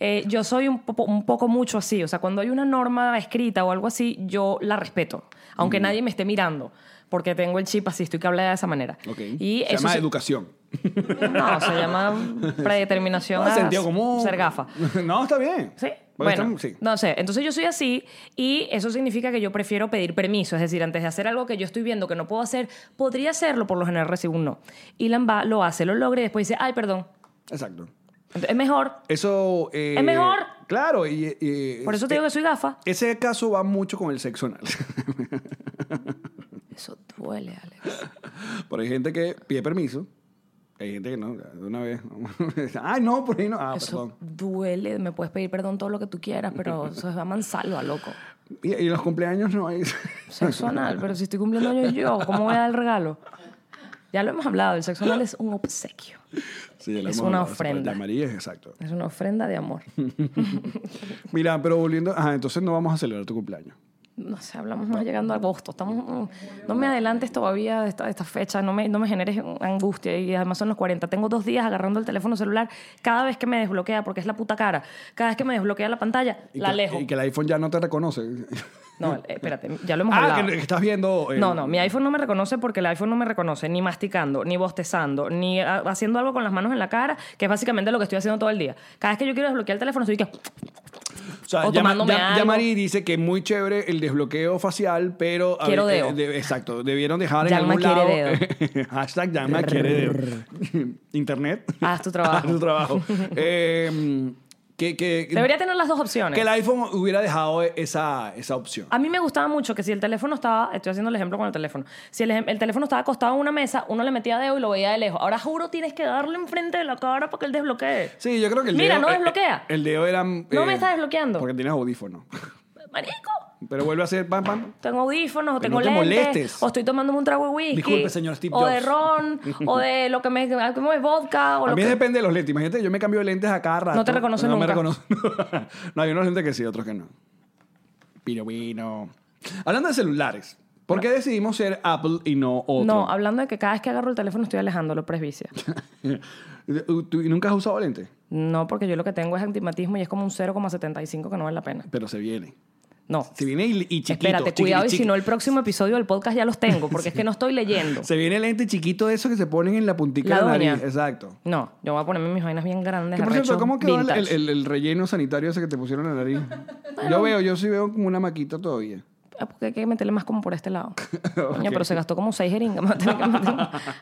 Speaker 2: Eh, yo soy un, poco- un poco mucho así, o sea, cuando hay una norma escrita o algo así, yo la respeto, aunque nadie me esté mirando, porque tengo el chip así, estoy que habla de esa manera.
Speaker 5: Ok.
Speaker 2: Y
Speaker 5: se
Speaker 2: eso
Speaker 5: llama
Speaker 2: sí-
Speaker 5: educación.
Speaker 2: No, se llama predeterminación
Speaker 5: No,
Speaker 2: a
Speaker 5: Ah, sentido común.
Speaker 2: ser gafa.
Speaker 5: No, está bien.
Speaker 2: Sí.
Speaker 5: Porque
Speaker 2: Bueno,
Speaker 5: estamos- sí.
Speaker 2: no sé. Entonces yo soy así y eso significa que yo prefiero pedir permiso. Es decir, antes de hacer algo que yo estoy viendo que no puedo hacer, podría hacerlo, por lo general recibo un no. Y Lamba lo hace, lo logra y después dice, ay, perdón.
Speaker 5: Exacto.
Speaker 2: Es mejor.
Speaker 5: Eso. eh,
Speaker 2: Es mejor.
Speaker 5: Claro. Y, y-
Speaker 2: Por eso te digo que soy gafa.
Speaker 5: Ese caso va mucho con el sexo anal.
Speaker 2: Eso duele, Alex.
Speaker 5: Pero hay gente que pide permiso. Hay gente que no. De una vez. Ay, no, por ahí no. Ah,
Speaker 2: Eso
Speaker 5: perdón.
Speaker 2: duele. Me puedes pedir perdón todo lo que tú quieras, pero eso es a mansalva, loco.
Speaker 5: Y, y los cumpleaños no hay.
Speaker 2: Sexo anal, pero si estoy cumpliendo años yo, ¿cómo voy a dar el regalo? Ya lo hemos hablado, el sexo anal es un obsequio.
Speaker 5: Sí, la
Speaker 2: Es
Speaker 5: hemos
Speaker 2: una
Speaker 5: hablado,
Speaker 2: ofrenda.
Speaker 5: La María es exacto.
Speaker 2: Es una ofrenda de amor.
Speaker 5: Mira, pero volviendo. Ah, entonces no vamos a celebrar tu cumpleaños.
Speaker 2: No sé, hablamos más llegando a agosto. Estamos, mm, no me adelantes todavía de esta, de esta fecha, no me, no me generes angustia. Y además son los 40. Tengo dos días agarrando el teléfono celular cada vez que me desbloquea, porque es la puta cara. Cada vez que me desbloquea la pantalla,
Speaker 5: Y
Speaker 2: la
Speaker 5: que-
Speaker 2: alejo.
Speaker 5: Y que el iPhone ya no te reconoce.
Speaker 2: No, eh, espérate, ya lo hemos
Speaker 5: ah,
Speaker 2: hablado.
Speaker 5: que, que estás viendo. eh,
Speaker 2: No, no, mi iPhone no me reconoce porque el iPhone no me reconoce ni masticando, ni bostezando, ni ah, haciendo algo con las manos en la cara, que es básicamente lo que estoy haciendo todo el día. Cada vez que yo quiero desbloquear el teléfono, estoy que...
Speaker 5: O sea,
Speaker 2: O
Speaker 5: llama,
Speaker 2: tomándome
Speaker 5: ya-
Speaker 2: algo.
Speaker 5: ya Mari dice que muy chévere el desbloqueo facial, pero. a eh,
Speaker 2: Quiero dedo.
Speaker 5: de- exacto, debieron dejar en
Speaker 2: Yanma
Speaker 5: algún lado.
Speaker 2: quiere
Speaker 5: hashtag Yanma quiere dedo. Internet.
Speaker 2: Haz tu trabajo.
Speaker 5: Haz tu trabajo. Eh, que, que,
Speaker 2: Debería tener Ah, las dos opciones.
Speaker 5: que el iPhone hubiera dejado esa, esa opción.
Speaker 2: A mí me gustaba mucho que si el teléfono estaba, estoy haciendo el ejemplo con el teléfono, si el, ejem- el teléfono estaba acostado en una mesa, uno le metía dedo y lo veía de lejos. Ahora juro tienes que darle enfrente de la cara para que él desbloquee.
Speaker 5: Sí, yo creo que el
Speaker 2: Mira,
Speaker 5: dedo.
Speaker 2: no
Speaker 5: eh,
Speaker 2: desbloquea.
Speaker 5: El dedo era. No
Speaker 2: me está desbloqueando.
Speaker 5: Porque tienes audífono.
Speaker 2: Marico,
Speaker 5: Pero vuelve a hacer pam, pam.
Speaker 2: tengo audífonos o
Speaker 5: Que
Speaker 2: tengo
Speaker 5: no te
Speaker 2: lentes,
Speaker 5: molestes.
Speaker 2: o estoy tomándome un trago de whisky.
Speaker 5: Disculpe, señor Steve
Speaker 2: O de
Speaker 5: Jobs.
Speaker 2: ron, o de lo que me como es vodka, o
Speaker 5: A
Speaker 2: lo
Speaker 5: mí
Speaker 2: que...
Speaker 5: depende de los lentes. Imagínate, yo me cambio de lentes a cada rato.
Speaker 2: te reconoce
Speaker 5: no
Speaker 2: nunca.
Speaker 5: me reconoce. no, hay unos lentes que sí, otros que no. Pirobino. Hablando de celulares, ¿por qué decidimos ser Apple y no otro?
Speaker 2: No, hablando de que cada vez que agarro el teléfono estoy alejándolo, presbicia.
Speaker 5: ¿Tú nunca has usado lentes?
Speaker 2: No, porque yo lo que tengo es antimatismo y es como un 0,75 que no vale la pena.
Speaker 5: Pero se viene.
Speaker 2: No.
Speaker 5: Se viene y, y chiquito.
Speaker 2: Espérate,
Speaker 5: chiqui-
Speaker 2: cuidado, y
Speaker 5: chiqui-
Speaker 2: si no, el próximo episodio del podcast ya los tengo, porque es que no estoy leyendo.
Speaker 5: Se viene el lente chiquito de esos que se ponen en la puntica
Speaker 2: La
Speaker 5: de la
Speaker 2: doña.
Speaker 5: nariz. Exacto.
Speaker 2: No, yo voy a ponerme mis vainas bien grandes.
Speaker 5: Que, por cierto,
Speaker 2: arrecho,
Speaker 5: ¿cómo quedó el,
Speaker 2: vintage.
Speaker 5: el- el relleno sanitario ese que te pusieron en la nariz? yo veo, yo sí veo como una maquita todavía.
Speaker 2: Ah, porque hay que meterle más como por este lado.
Speaker 5: Ok.
Speaker 2: Coño, pero se gastó como seis jeringas. me voy a tener que meter-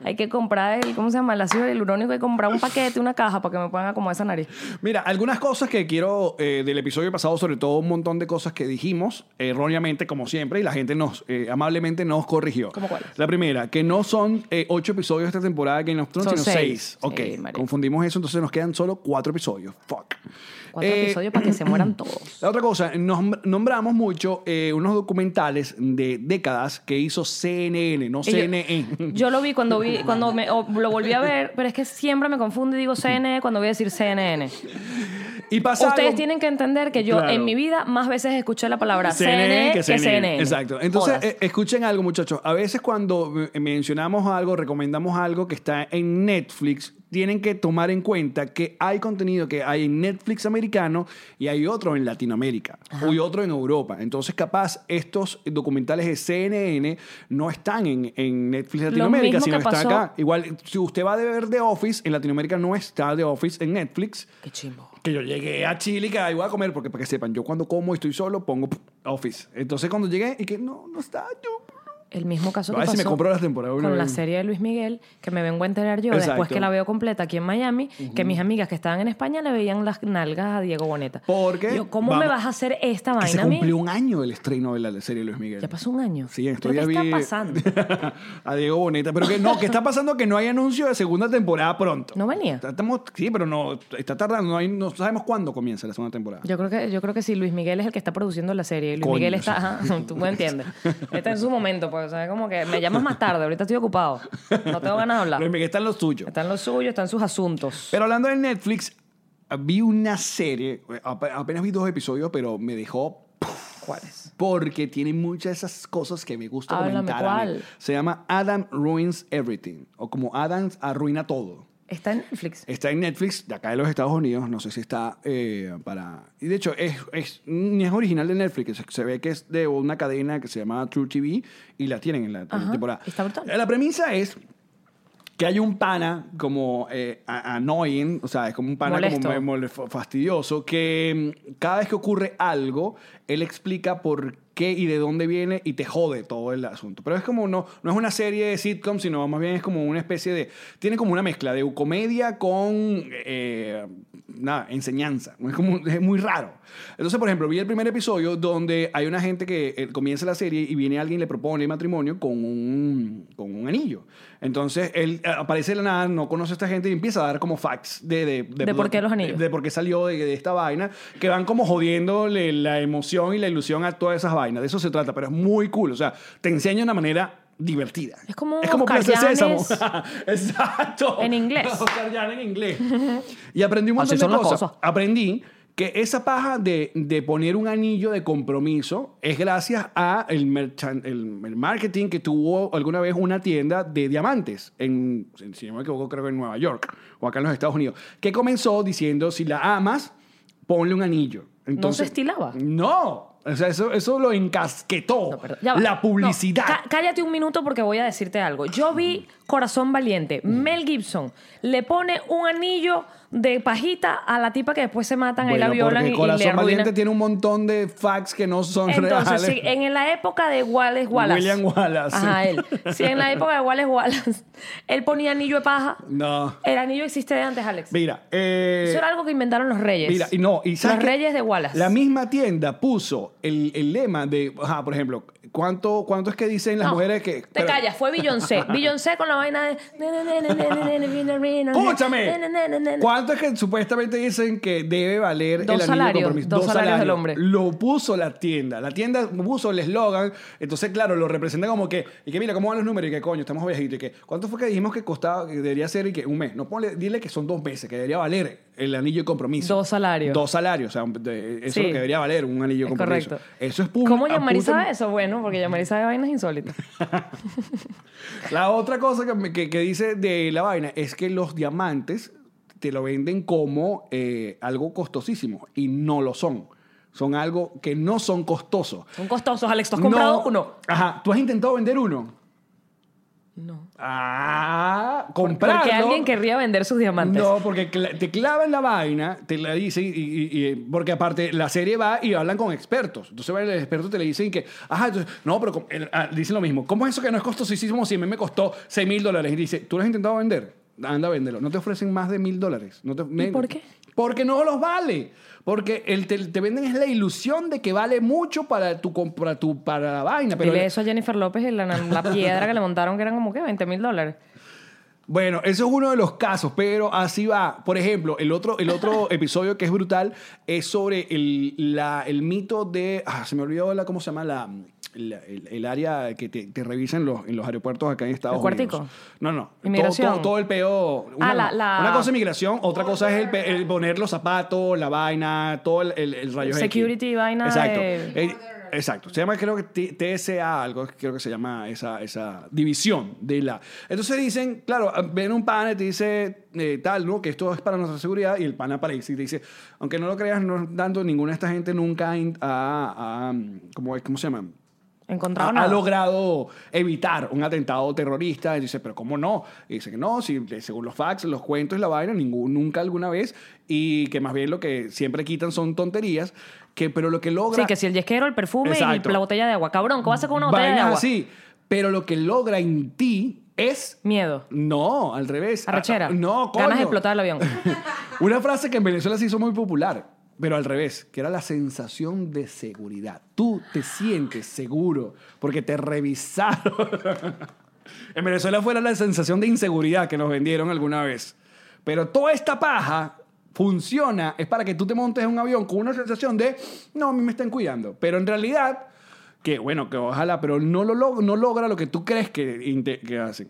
Speaker 2: hay que comprar el, ¿cómo se llama? El ácido hialurónico, hay que comprar un paquete, una caja para que me puedan acomodar esa nariz.
Speaker 5: Mira, algunas cosas que quiero eh, del episodio pasado, sobre todo un montón de cosas que dijimos eh, erróneamente, como siempre, y la gente nos eh, amablemente nos corrigió.
Speaker 2: ¿Cómo cuáles?
Speaker 5: La primera, que no son eh, ocho episodios de esta temporada de Game of Thrones,
Speaker 2: Son
Speaker 5: sino
Speaker 2: seis.
Speaker 5: seis. Ok,
Speaker 2: Sí, marico.
Speaker 5: confundimos eso, entonces nos quedan solo cuatro episodios. Fuck.
Speaker 2: Cuatro
Speaker 5: Eh,
Speaker 2: episodios para que se mueran todos.
Speaker 5: La otra cosa, nos nombramos mucho eh, unos documentales de décadas que hizo CNN, no
Speaker 2: Y yo-
Speaker 5: CNN.
Speaker 2: Yo lo vi cuando vi cuando me, o lo volví a ver, pero es que siempre me confundo y digo CNN cuando voy a decir CNN.
Speaker 5: y pasa
Speaker 2: Ustedes
Speaker 5: algo-
Speaker 2: tienen que entender que yo
Speaker 5: Claro.
Speaker 2: en mi vida más veces escuché la palabra
Speaker 5: CNN
Speaker 2: CNN, que CNN.
Speaker 5: Exacto. Entonces,
Speaker 2: Jodas.
Speaker 5: eh, escuchen algo, muchachos. A veces cuando eh, mencionamos algo, recomendamos algo que está en Netflix, tienen que tomar en cuenta que hay contenido que hay en Netflix americano y hay otro en Latinoamérica y otro en Europa. Entonces, capaz estos documentales de CNN no están en, en Netflix Latinoamérica,
Speaker 2: mismo
Speaker 5: sino
Speaker 2: que
Speaker 5: está
Speaker 2: pasó-
Speaker 5: acá. Igual, si usted va a ver The Office, en Latinoamérica no está The Office en Netflix.
Speaker 2: Qué chimbo.
Speaker 5: Que yo llegué a Chile y que ahí voy a comer, porque para que sepan, yo cuando como y estoy solo, pongo pff, Office. Entonces cuando llegué y que no, no está yo.
Speaker 2: El mismo caso
Speaker 5: A
Speaker 2: que
Speaker 5: ver si
Speaker 2: pasó
Speaker 5: me compro las temporadas una
Speaker 2: con la
Speaker 5: vez.
Speaker 2: serie de Luis Miguel, que me vengo a enterar yo después
Speaker 5: Exacto.
Speaker 2: que la veo completa aquí en Miami, que mis amigas que estaban en España le veían las nalgas a Diego Boneta.
Speaker 5: Porque
Speaker 2: Yo, ¿Cómo
Speaker 5: vamos-
Speaker 2: me vas a hacer esta
Speaker 5: Que se
Speaker 2: vaina a mí?
Speaker 5: cumplió un año el estreno de la serie Luis Miguel.
Speaker 2: Ya pasó un año.
Speaker 5: Sí, en estos
Speaker 2: ¿Pero ¿Qué
Speaker 5: días
Speaker 2: está
Speaker 5: vi
Speaker 2: pasando?
Speaker 5: a Diego Boneta. Pero que no, que está pasando que no hay anuncio de segunda temporada pronto.
Speaker 2: ¿No venía?
Speaker 5: Estamos, sí, pero no, está tardando. No, hay- no sabemos cuándo comienza la segunda temporada.
Speaker 2: Yo creo que yo creo que sí, Luis Miguel es el que está produciendo la serie. y Luis
Speaker 5: Coño,
Speaker 2: Miguel
Speaker 5: sí.
Speaker 2: está, ajá, tú me entiendes. Está en su momento, pues, o sea, como que me llamas más tarde, ahorita estoy ocupado. No tengo ganas de
Speaker 5: Luis
Speaker 2: hablar.
Speaker 5: Miguel está en los tuyos.
Speaker 2: Están los suyos, están sus asuntos.
Speaker 5: Pero hablando de Netflix, vi una serie, ap- apenas vi dos episodios, pero me dejó
Speaker 2: ¿Cuáles?
Speaker 5: porque tiene muchas de esas cosas que me gusta
Speaker 2: Háblame,
Speaker 5: comentar. a mí.
Speaker 2: ¿cuál?
Speaker 5: Se llama Adam Ruins Everything, o como Adam arruina todo.
Speaker 2: Está en Netflix.
Speaker 5: Está en Netflix, de acá de los Estados Unidos. No sé si está eh, para. Y de hecho, es, es, ni es original de Netflix. Se, se ve que es de una cadena que se llama True TV y la tienen en la en la
Speaker 2: Ajá,
Speaker 5: temporada.
Speaker 2: está brutal.
Speaker 5: La premisa es que hay un pana como eh, a- annoying, o sea, es como un pana
Speaker 2: Molesto.
Speaker 5: como me- mole- fa- fastidioso, que mm, cada vez que ocurre algo, él explica por qué y de dónde viene y te jode todo el asunto. Pero es como, no, no es una serie de sitcom, sino más bien es como una especie de, tiene como una mezcla de comedia con, eh, nada, enseñanza. Es como, es muy raro. Entonces, por ejemplo, vi el primer episodio donde hay una gente que eh, comienza la serie y viene alguien y le propone matrimonio con un, con un anillo. Entonces, él eh, aparece de la nada, no conoce a esta gente y empieza a dar como facts de... De,
Speaker 2: ¿De por qué los anillos?
Speaker 5: de por qué salió de, de esta vaina, que van como jodiéndole la emoción y la ilusión a todas esas vainas. De eso se trata, pero es muy cool. O sea, te enseña de una manera divertida.
Speaker 2: Es como
Speaker 5: es como
Speaker 2: Oscar
Speaker 5: Plaza
Speaker 2: Llanes.
Speaker 5: Sésamo. Exacto.
Speaker 2: En inglés.
Speaker 5: Oscar Llanes en inglés. Y aprendí un montón
Speaker 2: Así son
Speaker 5: de
Speaker 2: las
Speaker 5: cosas.
Speaker 2: cosas.
Speaker 5: Aprendí que esa paja de, de poner un anillo de compromiso es gracias a el, merchan- el, el marketing que tuvo alguna vez una tienda de diamantes en, si no me equivoco, creo que en Nueva York o acá en los Estados Unidos, que comenzó diciendo, si la amas, ponle un anillo. Entonces,
Speaker 2: estilaba?
Speaker 5: No. O sea, eso, eso lo encasquetó.
Speaker 2: No, perdón, ya va.
Speaker 5: la
Speaker 2: No,
Speaker 5: publicidad.
Speaker 2: cá- cállate un minuto porque voy a decirte algo. Yo vi Corazón Valiente.
Speaker 5: Mm.
Speaker 2: Mel Gibson le pone un anillo de pajita a la tipa que después se matan ahí la
Speaker 5: Bueno,
Speaker 2: violan
Speaker 5: porque
Speaker 2: y, y le
Speaker 5: Corazón
Speaker 2: arruinan.
Speaker 5: Valiente tiene un montón de facts que no son
Speaker 2: Entonces,
Speaker 5: reales.
Speaker 2: sí, eh, en la época de Wallace Wallace.
Speaker 5: William Wallace.
Speaker 2: Ajá, él. Sí, en la época de Wallace Wallace. Él ponía anillo de paja.
Speaker 5: No.
Speaker 2: El anillo existe de antes, Alex.
Speaker 5: Mira, eh,
Speaker 2: Eso era algo que inventaron los reyes.
Speaker 5: mira, y no, y ¿sabes
Speaker 2: Los
Speaker 5: qué?
Speaker 2: reyes de Wallace.
Speaker 5: La misma tienda puso el, el lema de, ajá, por ejemplo, ¿cuánto, ¿cuánto es que dicen las
Speaker 2: No,
Speaker 5: mujeres que...
Speaker 2: Te callas, fue Beyoncé. Beyoncé con la vaina de.
Speaker 5: Escúchame. ¿Cuánto es que supuestamente dicen que debe valer
Speaker 2: Dos
Speaker 5: el anillo de
Speaker 2: salarios,
Speaker 5: compromiso?
Speaker 2: dos salarios del hombre.
Speaker 5: Lo puso la tienda. La tienda puso el eslogan. Entonces, claro, lo representa como que. Y que mira cómo van los números. Y que coño, estamos viajitos. Y que cuánto fue que dijimos que costaba, que debería ser y que un mes. No ponle, dile que son dos meses, que debería valer el anillo de compromiso.
Speaker 2: Dos salarios.
Speaker 5: Dos salarios. O sea, de- eso
Speaker 2: Sí.
Speaker 5: es lo que debería valer un anillo de
Speaker 2: Es
Speaker 5: compromiso.
Speaker 2: correcto.
Speaker 5: Eso es puro.
Speaker 2: ¿Cómo Yamari sabe eso? Bueno, porque Yamari sabe vainas insólitas.
Speaker 5: La otra cosa que, me- que- que dice de la vaina es que los diamantes te lo venden como eh, algo costosísimo y no lo son. Son algo que no son costosos.
Speaker 2: Son costosos, Alex. ¿Tú has comprado
Speaker 5: No-
Speaker 2: uno?
Speaker 5: Ajá. ¿Tú has intentado vender uno?
Speaker 2: No.
Speaker 5: Ah, comprarlo.
Speaker 2: Porque alguien querría vender sus diamantes.
Speaker 5: No, porque cla- te clavan la vaina, te la dicen, y, y- y- porque aparte la serie va y hablan con expertos. Entonces va el experto y te le dicen que, ajá, entonces, no, pero com- el- ah, dicen lo mismo. ¿Cómo es eso que no es costosísimo si a mí me costó 6 mil dólares? Y dice, ¿tú lo has intentado vender? Anda, véndelo. No te ofrecen más de mil dólares. No te- me-
Speaker 2: por qué?
Speaker 5: Porque no los vale. Porque el te, te venden es la ilusión de que vale mucho para tu, comp- para tu para la vaina. Pero
Speaker 2: Dile eso a Jennifer López y la, la piedra que le montaron, que eran como que 20 mil dólares.
Speaker 5: Bueno, eso es uno de los casos, pero así va. Por ejemplo, el otro, el otro episodio que es brutal es sobre el, la- el mito de. Ah, se me olvidó la, cómo se llama la, la- el, el área que te, te revisan los, en los aeropuertos acá en Estados
Speaker 2: ¿El cuartico?
Speaker 5: Unidos. No, no.
Speaker 2: ¿Inmigración? Ah,
Speaker 5: Todo, todo, todo el peo. Una,
Speaker 2: la- la-
Speaker 5: una cosa es migración, otra cosa es el, pe- el poner los zapatos, la vaina, todo el, el, el rayo X.
Speaker 2: Security, vaina
Speaker 5: Exacto.
Speaker 2: de-
Speaker 5: Eh, Exacto, se llama creo que T- TSA, algo creo que se llama esa, esa división de la... Entonces dicen, claro, ven un pana y te dice eh, tal, ¿no? Que esto es para nuestra seguridad y el pana aparece y te dice, aunque no lo creas, no tanto, ninguna de esta gente nunca ha... ha- ha- mm, ¿cómo, es? ¿Cómo se llama?
Speaker 2: Encontrado
Speaker 5: ha,
Speaker 2: nada.
Speaker 5: ha logrado evitar un atentado terrorista. Y dice, pero ¿cómo no? Y dice que no, si, eh, según los facts, los cuentos y la vaina, ningún, nunca alguna vez. Y que más bien lo que siempre quitan son tonterías. Que, pero lo que logra...
Speaker 2: Sí, que si el yesquero, el perfume
Speaker 5: Exacto.
Speaker 2: y la botella de agua. Cabrón, ¿cómo vas a hacer con una botella de
Speaker 5: Vainas
Speaker 2: agua?
Speaker 5: así. Pero lo que logra en ti es...
Speaker 2: Miedo.
Speaker 5: No, al revés.
Speaker 2: Arrechera.
Speaker 5: Ah, No, coño.
Speaker 2: Ganas de explotar el avión.
Speaker 5: Una frase que en Venezuela se hizo muy popular, pero al revés, que era la sensación de seguridad. Tú te sientes seguro porque te revisaron. en Venezuela fuera la sensación de inseguridad que nos vendieron alguna vez. Pero toda esta paja funciona, es para que tú te montes en un avión con una sensación de, no, a mí me están cuidando. Pero en realidad, que bueno, que ojalá, pero no, lo log- no logra lo que tú crees que, inte- que hacen.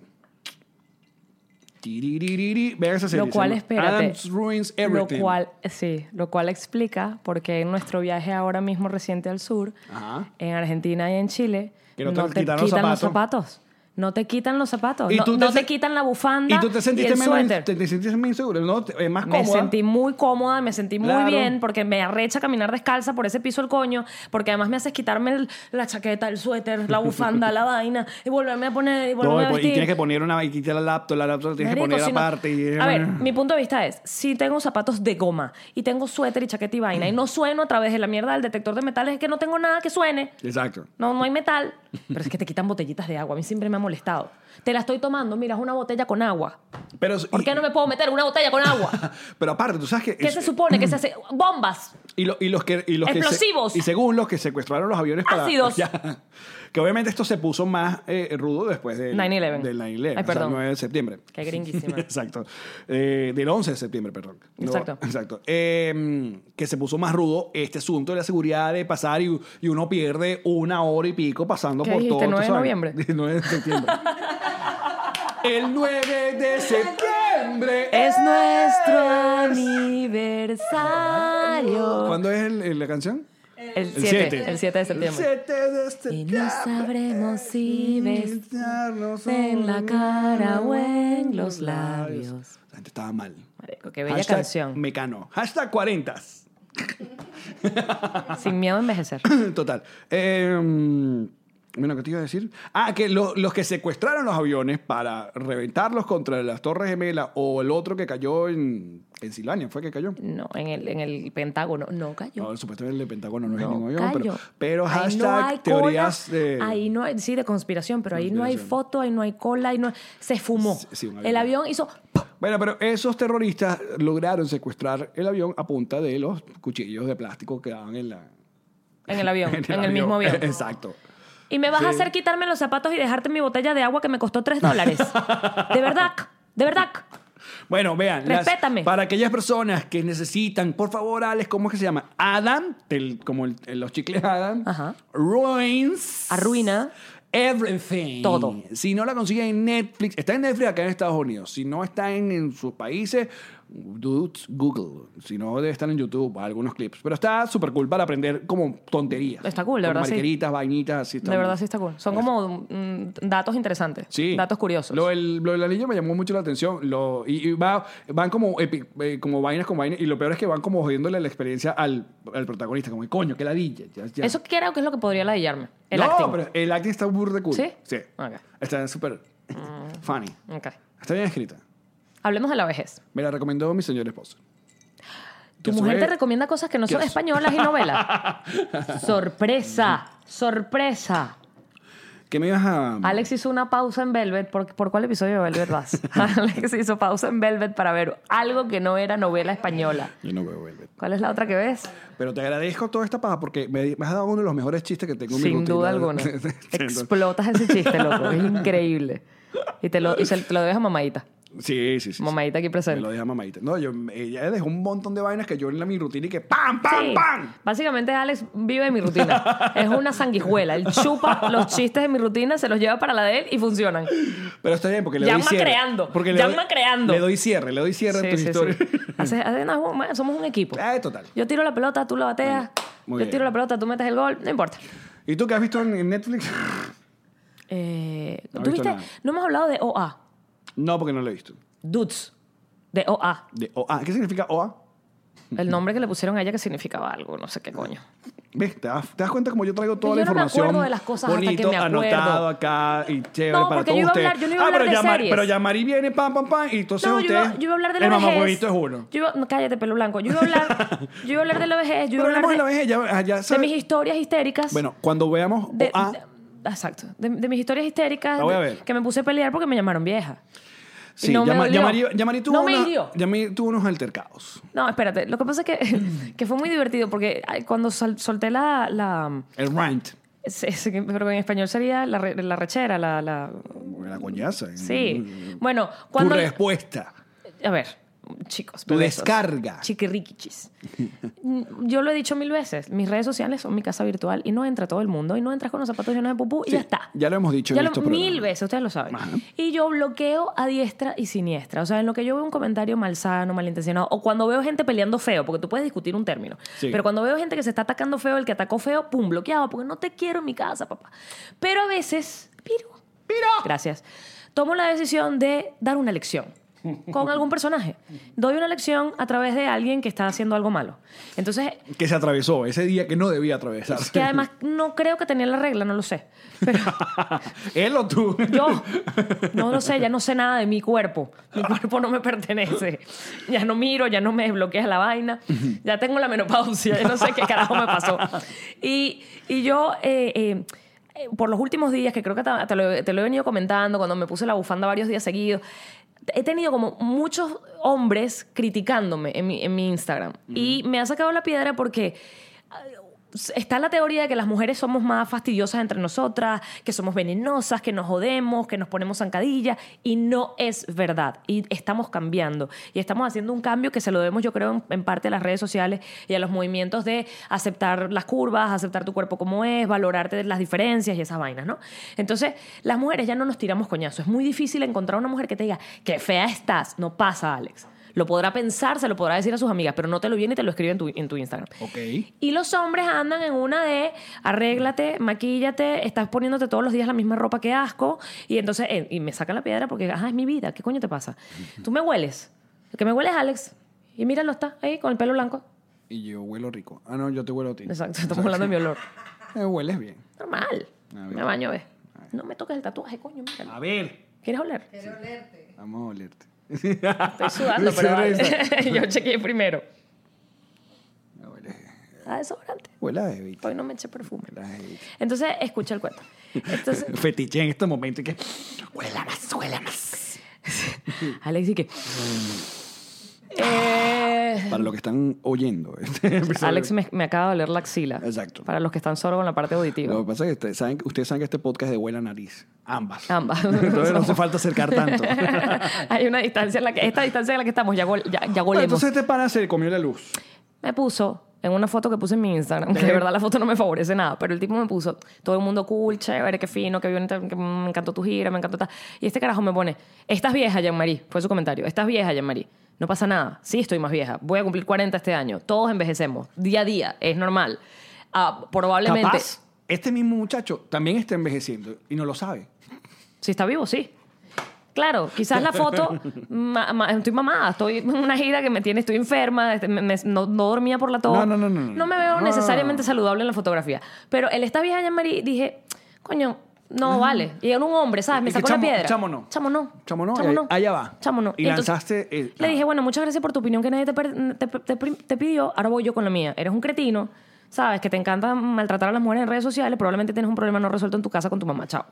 Speaker 5: Tiririri, vean esa serie.
Speaker 2: Lo cual,
Speaker 5: se llama
Speaker 2: espérate.
Speaker 5: Adams Ruins Everything.
Speaker 2: Lo cual, sí, lo cual explica por qué en nuestro viaje ahora mismo reciente al sur,
Speaker 5: Ajá.
Speaker 2: en Argentina y en Chile,
Speaker 5: Que no te
Speaker 2: te
Speaker 5: quitaron
Speaker 2: quitan
Speaker 5: los
Speaker 2: los zapatos. No te quitan los zapatos.
Speaker 5: Y
Speaker 2: no
Speaker 5: tú
Speaker 2: no
Speaker 5: se-
Speaker 2: te, quitan la bufanda.
Speaker 5: Y tú te sentiste
Speaker 2: el
Speaker 5: menos, in-
Speaker 2: suéter.
Speaker 5: te, te sentiste menos inseguro, ¿no? Te- eh, más cómoda.
Speaker 2: Me sentí muy cómoda, me sentí muy
Speaker 5: Claro.
Speaker 2: bien, porque me arrecha caminar descalza por ese piso el coño, porque además me haces quitarme el- la chaqueta, el suéter, la bufanda, la vaina, y volverme a poner, y
Speaker 5: No,
Speaker 2: volverme
Speaker 5: y,
Speaker 2: a
Speaker 5: po- y
Speaker 2: vestir.
Speaker 5: tienes que poner una vaquita la laptop, la laptop la tienes
Speaker 2: Marico,
Speaker 5: que poner
Speaker 2: si no-
Speaker 5: aparte. y-
Speaker 2: A ver, mi punto de vista es, si tengo zapatos de goma y tengo suéter y chaqueta y vaina y no sueno a través de la mierda del detector de metales, es que no tengo nada que suene.
Speaker 5: Exacto.
Speaker 2: No, no hay metal. Pero es que te quitan botellitas de agua. A mí siempre me ha molestado. Te la estoy tomando, mira, es una botella con agua.
Speaker 5: Pero,
Speaker 2: ¿Por
Speaker 5: y-
Speaker 2: qué no me puedo meter una botella con agua?
Speaker 5: Pero aparte, tú sabes que...
Speaker 2: ¿Qué
Speaker 5: es-
Speaker 2: se supone que se hace? Bombas.
Speaker 5: Y, lo- y los que... Y los que se-
Speaker 2: ¡Explosivos!
Speaker 5: y según los que secuestraron los aviones para...
Speaker 2: Ácidos.
Speaker 5: Ya. que obviamente esto se puso más eh, rudo después del
Speaker 2: 9/11.
Speaker 5: Del 9-11.
Speaker 2: Ay,
Speaker 5: o sea,
Speaker 2: perdón.
Speaker 5: 9 de septiembre.
Speaker 2: Qué gringuísima.
Speaker 5: exacto. Eh, del 11 de septiembre, perdón. No,
Speaker 2: Exacto.
Speaker 5: exacto. Eh, que se puso más rudo este asunto de la seguridad de pasar y, y uno pierde una hora y pico pasando
Speaker 2: ¿Qué
Speaker 5: por
Speaker 2: dijiste,
Speaker 5: todo.
Speaker 2: 9 de
Speaker 5: ¿tú sabes?
Speaker 2: noviembre?
Speaker 5: 9 de septiembre. El 9 de septiembre
Speaker 2: Es nuestro
Speaker 5: es-
Speaker 2: aniversario.
Speaker 5: ¿Cuándo es el- el- la canción?
Speaker 2: El
Speaker 5: siete.
Speaker 2: 7, el 7 de septiembre.
Speaker 5: 7 de este
Speaker 2: Y no sabremos si ves
Speaker 5: besarnos
Speaker 2: en la cara o en los labios.
Speaker 5: La gente estaba mal.
Speaker 2: Marico, qué bella
Speaker 5: Hashtag
Speaker 2: canción.
Speaker 5: Mecano. Hashtag 40.
Speaker 2: Sin miedo a envejecer.
Speaker 5: Total. Eh, bueno, ¿qué te iba a decir? Ah, que lo- los que secuestraron los aviones para reventarlos contra las Torres Gemelas o el otro que cayó en Pensilvania, ¿fue que cayó?
Speaker 2: No, en el, en el Pentágono. No cayó.
Speaker 5: No, supuestamente el Pentágono no, es
Speaker 2: No
Speaker 5: ningún avión, pero,
Speaker 2: cayó.
Speaker 5: pero
Speaker 2: Ahí no
Speaker 5: hashtag
Speaker 2: hay
Speaker 5: teorías
Speaker 2: cola,
Speaker 5: de-
Speaker 2: Ahí no hay, sí, de conspiración, pero ahí no hay
Speaker 5: Conspiración.
Speaker 2: foto, ahí no hay cola, ahí no hay- Se fumó.
Speaker 5: Sí, sí, un avión.
Speaker 2: El avión hizo...
Speaker 5: Bueno, pero esos terroristas lograron secuestrar el avión a punta de los cuchillos de plástico que daban en la...
Speaker 2: En el avión, en el, mismo avión.
Speaker 5: Exacto.
Speaker 2: Y me vas a hacer quitarme los zapatos y dejarte mi botella de agua que me costó 3 dólares. De verdad, de verdad.
Speaker 5: Bueno, vean. las-
Speaker 2: Respétame.
Speaker 5: para aquellas personas que necesitan, por favor, Alex, ¿cómo es que se llama? Adam, el- como el- los chicles Adam.
Speaker 2: Ajá.
Speaker 5: Ruins.
Speaker 2: Arruina.
Speaker 5: Everything.
Speaker 2: Todo.
Speaker 5: Si no la consiguen en Netflix, está en Netflix acá en Estados Unidos. Si no está en, en sus países, dudes, Google. Si no, debe estar en YouTube, algunos clips. Pero está súper cool para aprender como tonterías.
Speaker 2: Está cool, de
Speaker 5: Como
Speaker 2: verdad, sí.
Speaker 5: Margueritas, vainitas, así.
Speaker 2: De verdad sí está cool. Son como mm, datos interesantes.
Speaker 5: Sí.
Speaker 2: Datos curiosos.
Speaker 5: Lo del, lo del anillo me llamó mucho la atención. Lo, y, y va- van como, epi- eh, como vainas con vainas. Y lo peor es que van como jodiéndole la experiencia al, al protagonista. Como, coño, que ladilla. Ya, ya.
Speaker 2: Eso creo que es lo que podría ladillarme. El
Speaker 5: no,
Speaker 2: acting.
Speaker 5: pero el acting está burro de cool.
Speaker 2: ¿Sí?
Speaker 5: Sí.
Speaker 2: Ok.
Speaker 5: Está súper
Speaker 2: Mm.
Speaker 5: funny.
Speaker 2: Ok.
Speaker 5: Está bien escrita.
Speaker 2: Hablemos de la vejez.
Speaker 5: Me la recomendó mi señor esposo.
Speaker 2: Tu
Speaker 5: Que
Speaker 2: mujer
Speaker 5: sube-
Speaker 2: te recomienda cosas que no
Speaker 5: que
Speaker 2: son
Speaker 5: su-
Speaker 2: españolas y novelas. sorpresa, sorpresa.
Speaker 5: ¿Qué me ibas a...?
Speaker 2: Alex hizo una pausa en Velvet. ¿Por, por cuál episodio de Velvet vas? Alex hizo pausa en Velvet para ver algo que no era novela española.
Speaker 5: Yo no veo Velvet.
Speaker 2: ¿Cuál es la otra que ves?
Speaker 5: Pero te agradezco toda esta paja porque me, me has dado uno de los mejores chistes que tengo en mi
Speaker 2: Sin
Speaker 5: rutina.
Speaker 2: duda alguna. Explotas ese chiste, loco. Es increíble. Y te lo, y se- te lo dejas mamadita.
Speaker 5: Sí, sí, sí.
Speaker 2: Mamadita aquí presente.
Speaker 5: Me lo deja mamadita. No, yo, ella dejó un montón de vainas que yo en la, mi rutina y que ¡pam, pam,
Speaker 2: Sí.
Speaker 5: pam!
Speaker 2: Básicamente Alex vive de mi rutina. es una sanguijuela. Él chupa los chistes de mi rutina, se los lleva para la de él y funcionan.
Speaker 5: Pero está bien porque le doy
Speaker 2: Llama
Speaker 5: cierre.
Speaker 2: creando,
Speaker 5: Porque le
Speaker 2: llama
Speaker 5: doy-
Speaker 2: creando.
Speaker 5: Le doy cierre, le doy cierre a tus historias.
Speaker 2: Hace- hace- no, bueno, somos un equipo.
Speaker 5: Ah, total.
Speaker 2: Yo tiro la pelota, tú la bateas.
Speaker 5: Muy
Speaker 2: yo
Speaker 5: bien.
Speaker 2: tiro la pelota, tú metes el gol. No importa.
Speaker 5: ¿Y tú qué has visto en en Netflix?
Speaker 2: Eh,
Speaker 5: No he
Speaker 2: ¿Tú
Speaker 5: visto
Speaker 2: viste?
Speaker 5: nada.
Speaker 2: No hemos hablado de OA.
Speaker 5: No, porque no lo he visto.
Speaker 2: Dudes. De OA.
Speaker 5: De OA. ¿Qué significa OA?
Speaker 2: El nombre que le pusieron a ella que significaba algo, no sé qué coño.
Speaker 5: ¿Ves? ¿Te das, te das cuenta como yo traigo toda
Speaker 2: Yo
Speaker 5: la
Speaker 2: no me
Speaker 5: información?
Speaker 2: acuerdo de las cosas hasta que
Speaker 5: bonito,
Speaker 2: me acuerdo.
Speaker 5: anotado acá y chévere
Speaker 2: No,
Speaker 5: para
Speaker 2: porque
Speaker 5: todos
Speaker 2: yo iba a
Speaker 5: ustedes.
Speaker 2: hablar- yo no iba a
Speaker 5: ah,
Speaker 2: hablar
Speaker 5: pero
Speaker 2: de
Speaker 5: Yamari-
Speaker 2: series.
Speaker 5: pero Yamari viene, pam, pam, pam, y entonces
Speaker 2: No, yo
Speaker 5: ustedes...
Speaker 2: iba, yo iba a hablar de la
Speaker 5: El
Speaker 2: vejez.
Speaker 5: mamagüevito es uno.
Speaker 2: Yo iba- no, cállate, pelo blanco. Yo iba a hablar, yo iba a hablar de la vejez. Yo iba
Speaker 5: Pero
Speaker 2: a hablar
Speaker 5: hablamos
Speaker 2: de,
Speaker 5: de la vejez, ya, ya
Speaker 2: de
Speaker 5: sabes.
Speaker 2: mis historias histéricas.
Speaker 5: Bueno, cuando veamos ah,
Speaker 2: De-
Speaker 5: OA...
Speaker 2: de- exacto. De, de mis historias histéricas.
Speaker 5: La voy a
Speaker 2: de-
Speaker 5: ver.
Speaker 2: que me puse a pelear porque me llamaron vieja.
Speaker 5: Sí,
Speaker 2: no me
Speaker 5: Yama-
Speaker 2: dolió.
Speaker 5: Yamari, Yamari tuvo
Speaker 2: No me
Speaker 5: una-
Speaker 2: hirió.
Speaker 5: Yamari tuvo unos altercados.
Speaker 2: No, espérate. Lo que pasa es que, que fue muy divertido porque ay, cuando sol- solté la... la
Speaker 5: El rant.
Speaker 2: es- es- pero en español sería la, re- la rechera, la... la-
Speaker 5: La coñaza.
Speaker 2: sí. Bueno,
Speaker 5: Tu
Speaker 2: cuando...
Speaker 5: respuesta.
Speaker 2: A ver, chicos.
Speaker 5: Tu
Speaker 2: bebesos.
Speaker 5: descarga.
Speaker 2: Chiquirriquichis. Mm, Yo lo he dicho mil veces. Mis redes sociales son mi casa virtual y no entra todo el mundo. Y no entras con los zapatos llenos de pupú y
Speaker 5: Sí,
Speaker 2: ya está.
Speaker 5: ya lo hemos dicho
Speaker 2: Ya
Speaker 5: en
Speaker 2: lo-
Speaker 5: estos
Speaker 2: mil
Speaker 5: programas.
Speaker 2: veces, ustedes lo saben.
Speaker 5: Ajá.
Speaker 2: Y yo bloqueo a diestra y siniestra. O sea, en lo que yo veo un comentario malsano, malintencionado, o cuando veo gente peleando feo, porque tú puedes discutir un término.
Speaker 5: Sí.
Speaker 2: Pero cuando veo gente que se está atacando feo, el que atacó feo, pum, bloqueado, porque no te quiero en mi casa, papá. Pero a veces, piro, piro. Gracias. Tomo la decisión de dar una lección con algún personaje. Doy una lección a través de alguien que está haciendo algo malo. Entonces,
Speaker 5: Que se atravesó ese día que no debía atravesarse.
Speaker 2: que además no creo que tenía la regla, no lo sé. Pero
Speaker 5: Él o tú.
Speaker 2: yo no lo sé, ya no sé nada de mi cuerpo. Mi cuerpo no me pertenece. Ya no miro, ya no me desbloquea la vaina. Ya tengo la menopausia, ya no sé qué carajo me pasó. Y, y yo, eh, eh, eh, por los últimos días, que creo que te, te lo, te lo he venido comentando, cuando me puse la bufanda varios días seguidos, he tenido como muchos hombres criticándome en mi, en mi Instagram. Y me ha sacado la piedra porque está la teoría de que las mujeres somos más fastidiosas entre nosotras, que somos venenosas, que nos jodemos, que nos ponemos zancadillas, y no es verdad. Y estamos cambiando. Y estamos haciendo un cambio que se lo debemos, yo creo, en, en parte a las redes sociales y a los movimientos de aceptar las curvas, aceptar tu cuerpo como es, valorarte de las diferencias y esas vainas, ¿no? Entonces, las mujeres ya no nos tiramos coñazo. Es muy difícil encontrar una mujer que te diga, qué fea estás. No pasa, Alex. Lo podrá pensar, se lo podrá decir a sus amigas, pero no te lo viene y te lo escribe en tu, en tu Instagram.
Speaker 5: Ok.
Speaker 2: Y los hombres andan en una de arréglate, maquíllate, estás poniéndote todos los días la misma ropa que asco. Y entonces, eh, y me sacan la piedra porque, ajá, es mi vida, ¿qué coño te pasa? Tú me hueles. El que me hueles, Alex. Y míralo, está ahí con el pelo blanco.
Speaker 5: Y yo huelo rico. Ah, no, yo te huelo a ti.
Speaker 2: Exacto, estamos hablando de mi olor.
Speaker 5: Eh, hueles bien.
Speaker 2: Normal.
Speaker 5: A ver.
Speaker 2: Me baño, ves.
Speaker 5: Ah,
Speaker 2: No me toques el tatuaje, coño, míralo.
Speaker 5: ver.
Speaker 2: ¿Quieres oler?
Speaker 5: Vamos a olerte.
Speaker 2: Estoy sudando,
Speaker 5: Sí,
Speaker 2: pero vale.
Speaker 5: revisa.
Speaker 2: yo chequeé primero.
Speaker 5: Huele,
Speaker 2: Ah, desodorante.
Speaker 5: huele a bebita.
Speaker 2: Hoy no me eché perfume.
Speaker 5: Huele a bebita.
Speaker 2: Entonces, escucha el cuento. Entonces,
Speaker 5: Fetiche en este momento y que huela más, huela más.
Speaker 2: Alex y que. Eh,
Speaker 5: Para los que están oyendo. este episodio.
Speaker 2: Alex me, me acaba de oler la axila.
Speaker 5: Exacto.
Speaker 2: Para los que están solo con la parte auditiva.
Speaker 5: Lo que pasa es que ustedes saben, ustedes saben que este podcast es de huela a nariz. Ambas.
Speaker 2: Ambas.
Speaker 5: Entonces no hace falta acercar tanto.
Speaker 2: Hay una distancia en la que. Esta distancia en la que estamos ya, gol- ya, ya golemos.
Speaker 5: entonces este pana se comió la luz.
Speaker 2: me puso en una foto que puse en mi Instagram, que de verdad la foto no me favorece nada, pero el tipo me puso todo el mundo cool, chévere, qué fino, qué bien, que me encantó tu gira, me encantó tal. Y este carajo me pone, estás vieja, Jean-Marie, fue su comentario, estás vieja, Jean-Marie, no pasa nada, sí estoy más vieja, voy a cumplir 40 este año, todos envejecemos, día a día, es normal. Ah, probablemente,
Speaker 5: Capaz, este mismo muchacho también está envejeciendo y no lo sabe.
Speaker 2: si está vivo, sí. Claro, quizás la foto, ma- ma- estoy mamada, estoy en una gira que me tiene, estoy enferma, este, me- me- no, no dormía por la tos.
Speaker 5: No, no, no, no, no.
Speaker 2: me veo
Speaker 5: No.
Speaker 2: necesariamente saludable en la fotografía. Pero él está vieja, Jean-Marie, dije, coño, no vale. Y era un hombre, ¿sabes? Me
Speaker 5: Ah. Y que
Speaker 2: sacó
Speaker 5: chamo-
Speaker 2: la piedra.
Speaker 5: chamo no.
Speaker 2: Chamo no.
Speaker 5: Chamo no, y ahí- allá va.
Speaker 2: Chamo no.
Speaker 5: Y lanzaste el-
Speaker 2: le
Speaker 5: ah.
Speaker 2: dije, bueno, muchas gracias por tu opinión que nadie te, per- te- te- te pidió, ahora voy yo con la mía. Eres un cretino, ¿sabes? Que te encanta maltratar a las mujeres en redes sociales, probablemente tienes un problema no resuelto en tu casa con tu mamá, chao.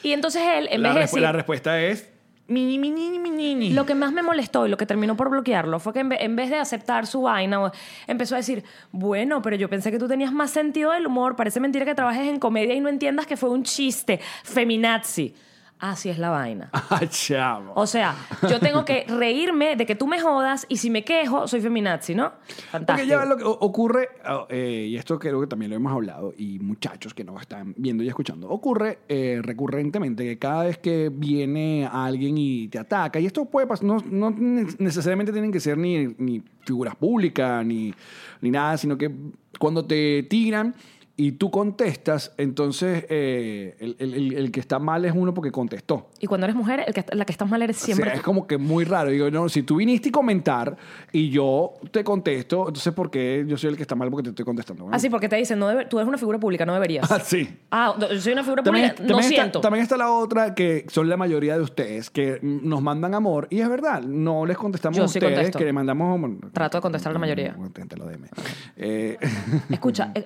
Speaker 2: Y entonces él, en
Speaker 5: la,
Speaker 2: vez de
Speaker 5: respu-
Speaker 2: decir-
Speaker 5: la respuesta es... Mini, mini, mini, mini.
Speaker 2: lo que más me molestó y lo que terminó por bloquearlo fue que en ve- en vez de aceptar su vaina, o- empezó a decir, bueno, pero yo pensé que tú tenías más sentido del humor, parece mentira que trabajes en comedia y no entiendas que fue un chiste, feminazi. Así es la vaina.
Speaker 5: Ah, chavo.
Speaker 2: O sea, yo tengo que reírme de que tú me jodas y si me quejo, soy feminazi, ¿no?
Speaker 5: Porque
Speaker 2: Fantástico.
Speaker 5: ya lo que o- ocurre, ah, eh, y esto creo que también lo hemos hablado, y muchachos que nos están viendo y escuchando, ocurre eh, recurrentemente que cada vez que viene alguien y te ataca, y esto puede pasar, no, no ne- necesariamente tienen que ser ni, ni figuras públicas, ni, ni nada, sino que cuando te tiran... Y tú contestas, entonces eh, el, el- el- el que está mal es uno porque contestó.
Speaker 2: Y cuando eres mujer, el que- la que estás mal eres
Speaker 5: O sea,
Speaker 2: siempre.
Speaker 5: es como que muy raro. Digo, no, si tú viniste y comentar y yo te contesto, entonces ¿por qué yo soy el que está mal porque te estoy contestando? Bueno,
Speaker 2: Así porque te dicen, no debe- tú eres una figura pública, no deberías.
Speaker 5: Ah, sí.
Speaker 2: Ah, no, yo soy una figura
Speaker 5: También,
Speaker 2: pública, no
Speaker 5: también
Speaker 2: siento.
Speaker 5: está, también está la otra que son la mayoría de ustedes que mm, nos mandan amor y es verdad, no les contestamos
Speaker 2: Yo
Speaker 5: a
Speaker 2: sí
Speaker 5: ustedes
Speaker 2: contesto.
Speaker 5: que le mandamos amor.
Speaker 2: Trato de contestar la mayoría.
Speaker 5: Conténtalo, deme. Eh,
Speaker 2: Escucha, eh,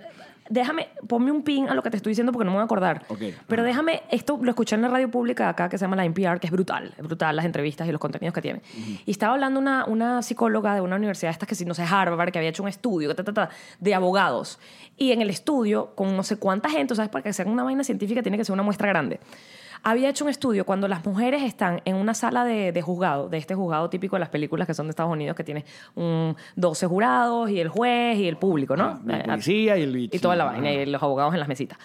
Speaker 2: déjame, ponme un pin a lo que te estoy diciendo porque no me voy a acordar.
Speaker 5: Ok.
Speaker 2: Pero déjame, esto lo escuché en la radio pública acá que se llama la NPR, que es brutal, es brutal las entrevistas y los contenidos que tiene. Y estaba hablando una, una psicóloga de una universidad, estas que si no sé, Harvard, que había hecho un estudio ta, ta, ta, de abogados. Y en el estudio, con no sé cuánta gente, ¿sabes? Para que sea una vaina científica tiene que ser una muestra grande. había hecho un estudio cuando las mujeres están en una sala de, de juzgado, de este juzgado típico de las películas que son de Estados Unidos, que tiene un 12 jurados y el juez y el público, ¿no?
Speaker 5: Ah, el
Speaker 2: Eh,
Speaker 5: policía y el bicho.
Speaker 2: Y toda la
Speaker 5: Ah.
Speaker 2: vaina, y los abogados en las mesitas.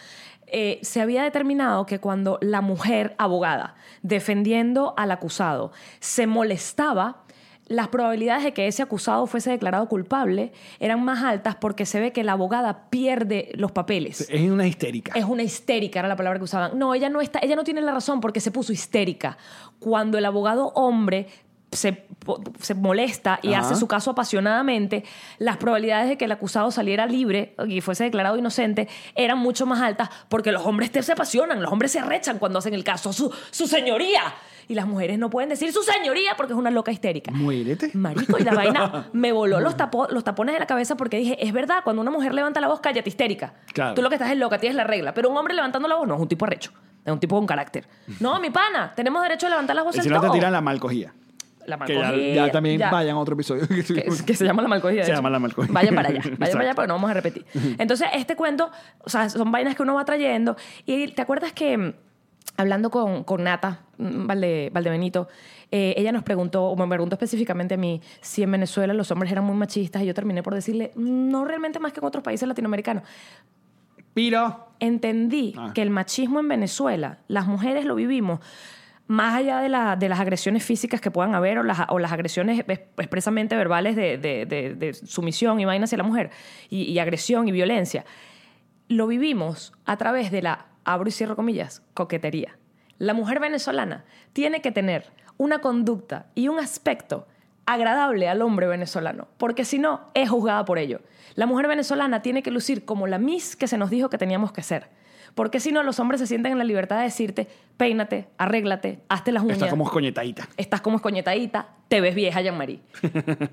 Speaker 2: Eh, se había determinado que cuando la mujer abogada, defendiendo al acusado, se molestaba, las probabilidades de que ese acusado fuese declarado culpable eran más altas porque se ve que la abogada pierde los papeles.
Speaker 5: Es una histérica.
Speaker 2: Es una histérica, era la palabra que usaban. No, ella no está, ella no tiene la razón porque se puso histérica. Cuando el abogado hombre se, po- se molesta y
Speaker 5: Ajá.
Speaker 2: hace su caso apasionadamente, las probabilidades de que el acusado saliera libre y fuese declarado inocente eran mucho más altas porque los hombres te- se apasionan, los hombres se arrechan cuando hacen el caso. ¡Su, su señoría! Y las mujeres no pueden decir su señoría porque es una loca histérica.
Speaker 5: Muérete.
Speaker 2: Marico, y la vaina me voló los, tapo- los tapones de la cabeza porque dije, es verdad, cuando una mujer levanta la voz, cállate histérica.
Speaker 5: Claro.
Speaker 2: Tú lo que estás es loca, tienes la regla. Pero un hombre levantando la voz no es un tipo arrecho. Es un tipo con carácter. No, mi pana, tenemos derecho a levantar las
Speaker 5: Y
Speaker 2: voces
Speaker 5: si no te
Speaker 2: todo.
Speaker 5: tiran la malcogía.
Speaker 2: La
Speaker 5: Que ya,
Speaker 2: malcogida,
Speaker 5: ya también
Speaker 2: ya.
Speaker 5: vayan a otro episodio. que
Speaker 2: Que,
Speaker 5: tuvimos.
Speaker 2: que se llama la malcogida. de
Speaker 5: Se
Speaker 2: hecho.
Speaker 5: llama la malcogida.
Speaker 2: Vayan para allá, vayan
Speaker 5: Exacto.
Speaker 2: para allá porque no vamos a repetir. Entonces, este cuento, o sea, son vainas que uno va trayendo. Y te acuerdas que mm, hablando con, con Nata mm, Valde, Valdebenito, eh, ella nos preguntó, o me preguntó específicamente a mí, si en Venezuela los hombres eran muy machistas. Y yo terminé por decirle, "Mm, no realmente más que en otros países latinoamericanos.
Speaker 5: Piro.
Speaker 2: Entendí
Speaker 5: Ah.
Speaker 2: que el machismo en Venezuela, las mujeres lo vivimos, más allá de, la- de las agresiones físicas que puedan haber o las, o las agresiones es- expresamente verbales de, de- de- de sumisión y vaina hacia la mujer, y, y agresión y violencia, lo vivimos a través de la, abro y cierro comillas, coquetería. La mujer venezolana tiene que tener una conducta y un aspecto agradable al hombre venezolano, porque si no, es juzgada por ello. La mujer venezolana tiene que lucir como la Miss que se nos dijo que teníamos que ser, porque si no, los hombres se sienten en la libertad de decirte, peínate, arréglate, hazte las uñas
Speaker 5: Está como escoñetadita.
Speaker 2: estás como escoñetadita, te ves vieja, Jean-Marie.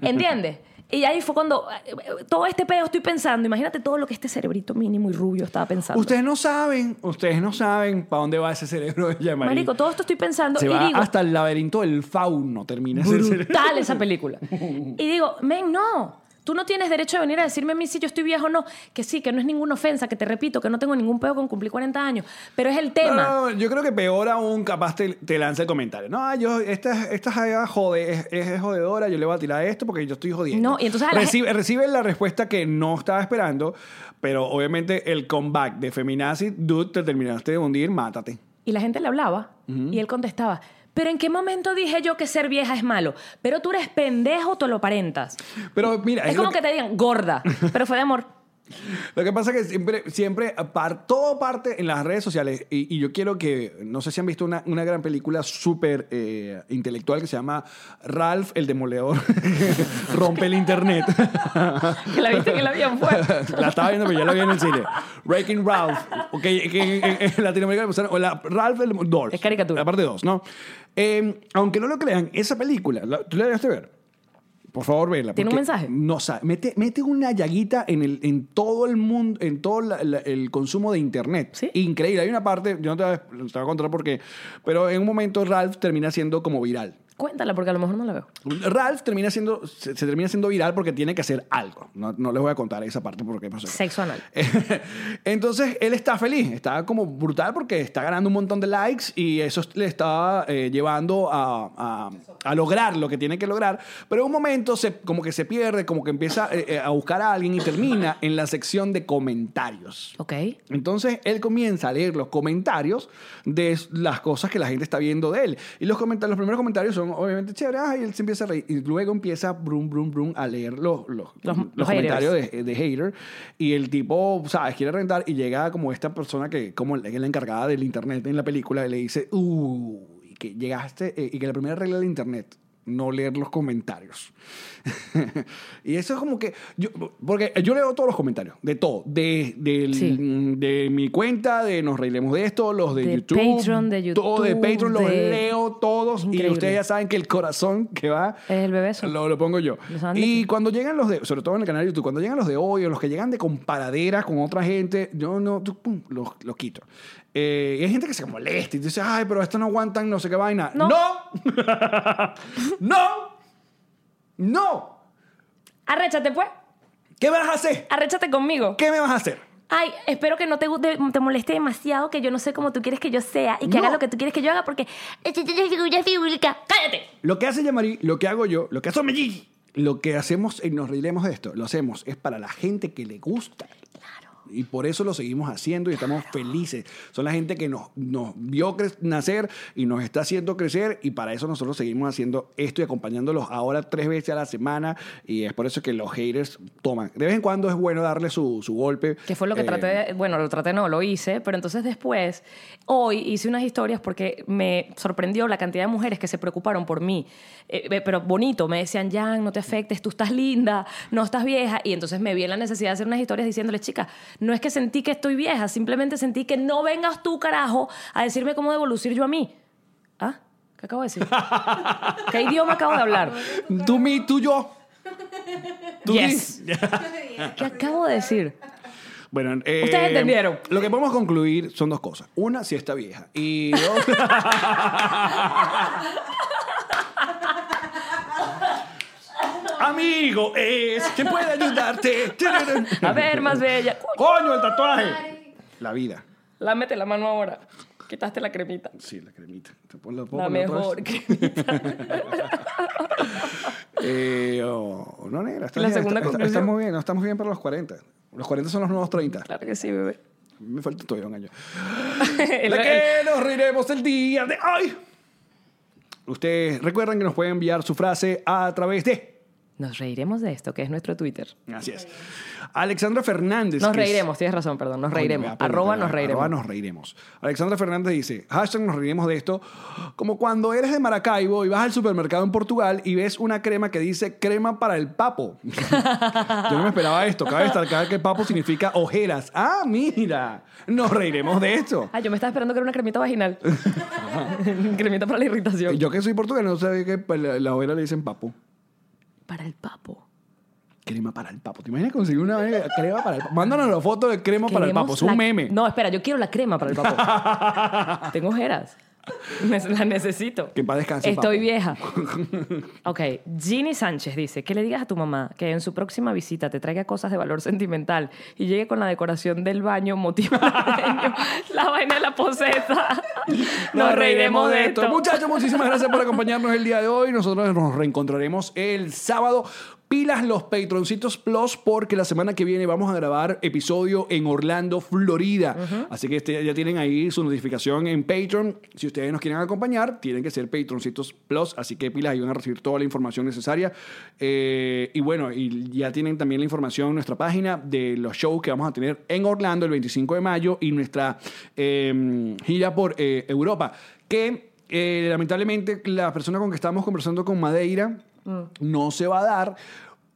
Speaker 2: ¿Entiendes? Y ahí fue cuando eh, eh, todo este pedo estoy pensando. Imagínate todo lo que este cerebrito mínimo y rubio estaba pensando.
Speaker 5: Ustedes no saben, ustedes no saben para dónde va ese cerebro de Yamari.
Speaker 2: Marico, todo esto estoy pensando
Speaker 5: Se
Speaker 2: y
Speaker 5: va
Speaker 2: digo,
Speaker 5: hasta el laberinto del fauno, termina ese cerebro.
Speaker 2: brutal esa película. Y digo, men, no. Tú no tienes derecho de venir a decirme a mí si yo estoy viejo o no. Que sí, que no es ninguna ofensa, que te repito, que no tengo ningún pedo con cumplir 40 años. Pero es el
Speaker 5: No,
Speaker 2: tema.
Speaker 5: no, no, yo creo que peor aún, capaz te, te lanza el comentario. No, ah, yo, esta, esta jaiba jode, es, es jodedora, yo le voy a tirar esto porque yo estoy jodiendo.
Speaker 2: No, y entonces a la
Speaker 5: recibe, recibe la respuesta que no estaba esperando, pero obviamente el comeback de feminazi, dude, te terminaste de hundir, mátate.
Speaker 2: Y la gente le hablaba y él contestaba. Pero ¿en qué momento dije yo que ser vieja es malo? Pero tú eres pendejo, tú lo aparentas.
Speaker 5: Pero mira,
Speaker 2: Es
Speaker 5: lo
Speaker 2: como que te digan gorda, pero fue de amor.
Speaker 5: Lo que pasa es que siempre, siempre par- todo parte en las redes sociales. Y, y yo quiero que, no sé si han visto una, una gran película súper eh, intelectual que se llama Ralph el Demoledor, que rompe el internet.
Speaker 2: Que la viste que la bien fuerte.
Speaker 5: la estaba viendo, pero ya la vi en el cine. Breaking Ralph, ok, que en, en- en Latinoamérica le pusieron, o la, Ralph el Demoledor.
Speaker 2: Es caricatura.
Speaker 5: La parte 2, ¿no? Eh, aunque no lo crean, esa película, la- ¿tú la dejaste ver? Por favor, verla.
Speaker 2: ¿Tiene un mensaje?
Speaker 5: No sabe. Mete, mete una llaguita en, el, en todo el mundo, en todo la- la- el consumo de Internet.
Speaker 2: ¿Sí?
Speaker 5: Increíble. Hay una parte, yo no te voy a, te voy a contar por qué, pero en un momento Ralph termina siendo como viral.
Speaker 2: Cuéntala, porque a lo mejor no la veo.
Speaker 5: Ralph termina siendo, se, se termina siendo viral porque tiene que hacer algo. No, no les voy a contar esa parte porque no sé.
Speaker 2: Sexo anal.
Speaker 5: Entonces él está feliz, está como brutal porque está ganando un montón de likes y eso le está eh, llevando a, a- a lograr lo que tiene que lograr. Pero en un momento se, como que se pierde, como que empieza eh, eh, a buscar a alguien y termina en la sección de comentarios.
Speaker 2: Ok.
Speaker 5: Entonces él comienza a leer los comentarios de s- las cosas que la gente está viendo de él. Y los, comentarios, los primeros comentarios son obviamente chéveres, ah, y él se empieza a reír. Y luego empieza brum, brum, brum a leer los, los,
Speaker 2: Los-
Speaker 5: los
Speaker 2: los
Speaker 5: comentarios de, de hater. Y el tipo, ¿sabes? Quiere rentar y llega como esta persona que, como la, que es la encargada del internet en la película, y le dice, uy, que llegaste, eh, y que la primera regla del internet. No leer los comentarios. y eso es como que. Yo, porque yo leo todos los comentarios, de todo. De, del,
Speaker 2: Sí.
Speaker 5: Mm, de mi cuenta, de nos reiremos de esto, los de,
Speaker 2: De
Speaker 5: YouTube,
Speaker 2: Patreon, de
Speaker 5: todo de
Speaker 2: YouTube,
Speaker 5: Patreon, los
Speaker 2: de-
Speaker 5: leo todos y
Speaker 2: Increíble.
Speaker 5: ustedes ya saben que el corazón que va
Speaker 2: Es el bebeso.
Speaker 5: lo, lo pongo yo.
Speaker 2: Lo saben de
Speaker 5: Y
Speaker 2: ti.
Speaker 5: cuando llegan los de, sobre todo en el canal de YouTube, cuando llegan los de hoy o los que llegan de comparaderas con otra gente, yo no, tú, pum, los, los quito. Eh, y hay gente que se molesta y dice, ay, pero estos no aguantan no sé qué vaina. No.
Speaker 2: No.
Speaker 5: No. no.
Speaker 2: Arréchate, pues.
Speaker 5: ¿Qué vas a hacer?
Speaker 2: Arréchate conmigo.
Speaker 5: ¿Qué me vas a hacer?
Speaker 2: Ay, espero que no te, guste- te moleste demasiado, que yo no sé cómo tú quieres que yo sea y que haga lo que tú quieres que yo haga, porque
Speaker 7: Esta es una figura pública.
Speaker 2: cállate.
Speaker 5: Lo que hace Yamari, lo que hago yo, lo que hace Omeyi, lo que hacemos y nos reiremos de esto, lo hacemos es para la gente que le gusta. Y por eso lo seguimos haciendo y estamos felices. Son la gente que nos, nos vio cre- nacer y nos está haciendo crecer y para eso nosotros seguimos haciendo esto y acompañándolos ahora tres veces a la semana y es por eso que los haters toman. De vez en cuando es bueno darle su, su golpe.
Speaker 2: Que fue lo que
Speaker 5: Eh,
Speaker 2: traté, de- bueno, lo traté no, lo hice, pero entonces después, hoy hice unas historias porque me sorprendió la cantidad de mujeres que se preocuparon por mí, Eh, eh, pero bonito, me decían, Jan, no te afectes, tú estás linda, no estás vieja, y entonces me vi en la necesidad de hacer unas historias diciéndoles, chicas, no es que sentí que estoy vieja, simplemente sentí que no vengas tú, carajo, a decirme cómo devolucir yo a mí. ¿Ah? ¿Qué acabo de decir? ¿Qué idioma acabo de hablar?
Speaker 5: Tú, mi, tú, yo. Tú, mi.
Speaker 2: Yes. ¿Qué acabo de decir?
Speaker 5: Bueno, eh,
Speaker 2: Ustedes entendieron.
Speaker 5: Lo que podemos concluir son dos cosas. Una, si está vieja. Y dos. Amigo, es que puede ayudarte.
Speaker 2: A ver, más bella.
Speaker 5: Coño, el tatuaje. La vida.
Speaker 2: Lámete la mano ahora. Quitaste la cremita.
Speaker 5: Sí, la cremita. ¿Te pon- la puedo
Speaker 2: La
Speaker 5: poner otra
Speaker 2: mejor
Speaker 5: vez?
Speaker 2: cremita.
Speaker 5: Eh, oh, no, negra. Está
Speaker 2: La
Speaker 5: bien,
Speaker 2: segunda
Speaker 5: está- está-
Speaker 2: conclusión.
Speaker 5: Estamos bien, no estamos bien para los 40. Los 40 son los nuevos 30.
Speaker 2: claro que sí, bebé.
Speaker 5: Me falta todavía un año.
Speaker 2: El-
Speaker 5: La
Speaker 2: el-
Speaker 5: que nos reiremos el día de hoy. Ustedes recuerden que nos pueden enviar su frase a través de.
Speaker 2: Nos reiremos de esto, que es nuestro Twitter.
Speaker 5: Así es. Alexandra Fernández.
Speaker 2: Nos
Speaker 5: que es-
Speaker 2: reiremos, tienes razón, perdón. Nos
Speaker 5: Coño,
Speaker 2: reiremos.
Speaker 5: me da pena,
Speaker 2: arroba
Speaker 5: perdón,
Speaker 2: nos reiremos.
Speaker 5: Arroba nos reiremos. Alexandra Fernández dice, hashtag nos reiremos de esto, como cuando eres de Maracaibo y vas al supermercado en Portugal y ves una crema que dice crema para el papo. Yo no me esperaba esto. Cabe destacar que papo significa ojeras. Ah, mira. Nos reiremos de esto.
Speaker 2: Ah, yo me estaba esperando que era una cremita vaginal. cremita para la irritación.
Speaker 5: Yo que soy portugués no sabía que pa- la, la ojera le dicen papo.
Speaker 2: Para el papo.
Speaker 5: Crema para el papo. ¿Te imaginas conseguir una vaina de crema para el papo? Mándanos la foto de crema para el
Speaker 2: Queremos
Speaker 5: papo. Es un
Speaker 2: la-
Speaker 5: meme.
Speaker 2: No, espera, yo quiero la crema para el papo. Tengo ojeras. Ne- La necesito.
Speaker 5: Que en paz descanse,
Speaker 2: Estoy
Speaker 5: papo.
Speaker 2: vieja. Ok, Ginny Sánchez dice que le digas a tu mamá que en su próxima visita te traiga cosas de valor sentimental y llegue con la decoración del baño motivo navideño. la vaina de la poseta. Nos, reiremos de esto.
Speaker 5: Muchachos, muchísimas gracias por acompañarnos el día de hoy. Nosotros nos reencontraremos el sábado. Pilas los Patroncitos Plus porque la semana que viene vamos a grabar episodio en Orlando, Florida. Así que este- ya tienen ahí su notificación en Patreon. Si ustedes nos quieren acompañar, tienen que ser Patroncitos Plus. Así que pilas, ahí van a recibir toda la información necesaria. Eh, y bueno, y ya tienen también la información en nuestra página de los shows que vamos a tener en Orlando el 25 de mayo y nuestra eh, gira por eh, Europa. Que eh, lamentablemente la persona con que estamos conversando con Madeira no se va a dar.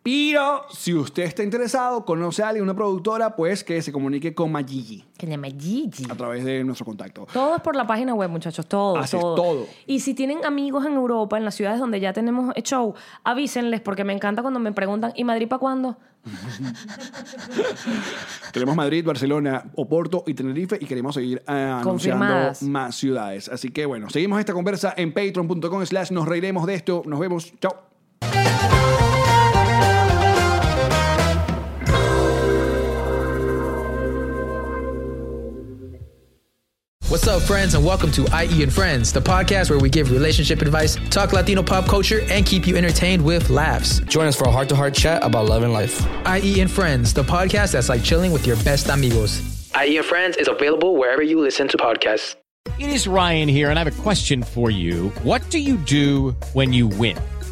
Speaker 5: Pero si usted está interesado, conoce a alguien, una productora, pues que se comunique con Magigi
Speaker 2: Que llama Gigi.
Speaker 5: a través de nuestro contacto.
Speaker 2: Todo es por la página web, muchachos, todo,
Speaker 5: Así es,
Speaker 2: todo.
Speaker 5: todo.
Speaker 2: Y si tienen amigos en Europa, en las ciudades donde ya tenemos show, avísenles porque me encanta cuando me preguntan, ¿y Madrid para cuándo?
Speaker 5: Queremos Madrid, Barcelona, Oporto y Tenerife y queremos seguir eh, anunciando
Speaker 2: Confirmadas.
Speaker 5: más ciudades. Así que bueno, seguimos esta conversa en patreon.com slash nos reiremos de esto. Nos vemos. Chao.
Speaker 8: What's up, friends, and welcome to IE and Friends, the podcast where we give relationship advice, talk Latino pop culture, and keep you entertained with laughs.
Speaker 9: Join us for a heart to heart chat about love and life.
Speaker 8: IE and Friends, the podcast that's like chilling with your best amigos.
Speaker 9: IE E and Friends is available wherever you listen to podcasts.
Speaker 10: It is Ryan here, and I have a question for you. What do you do when you win?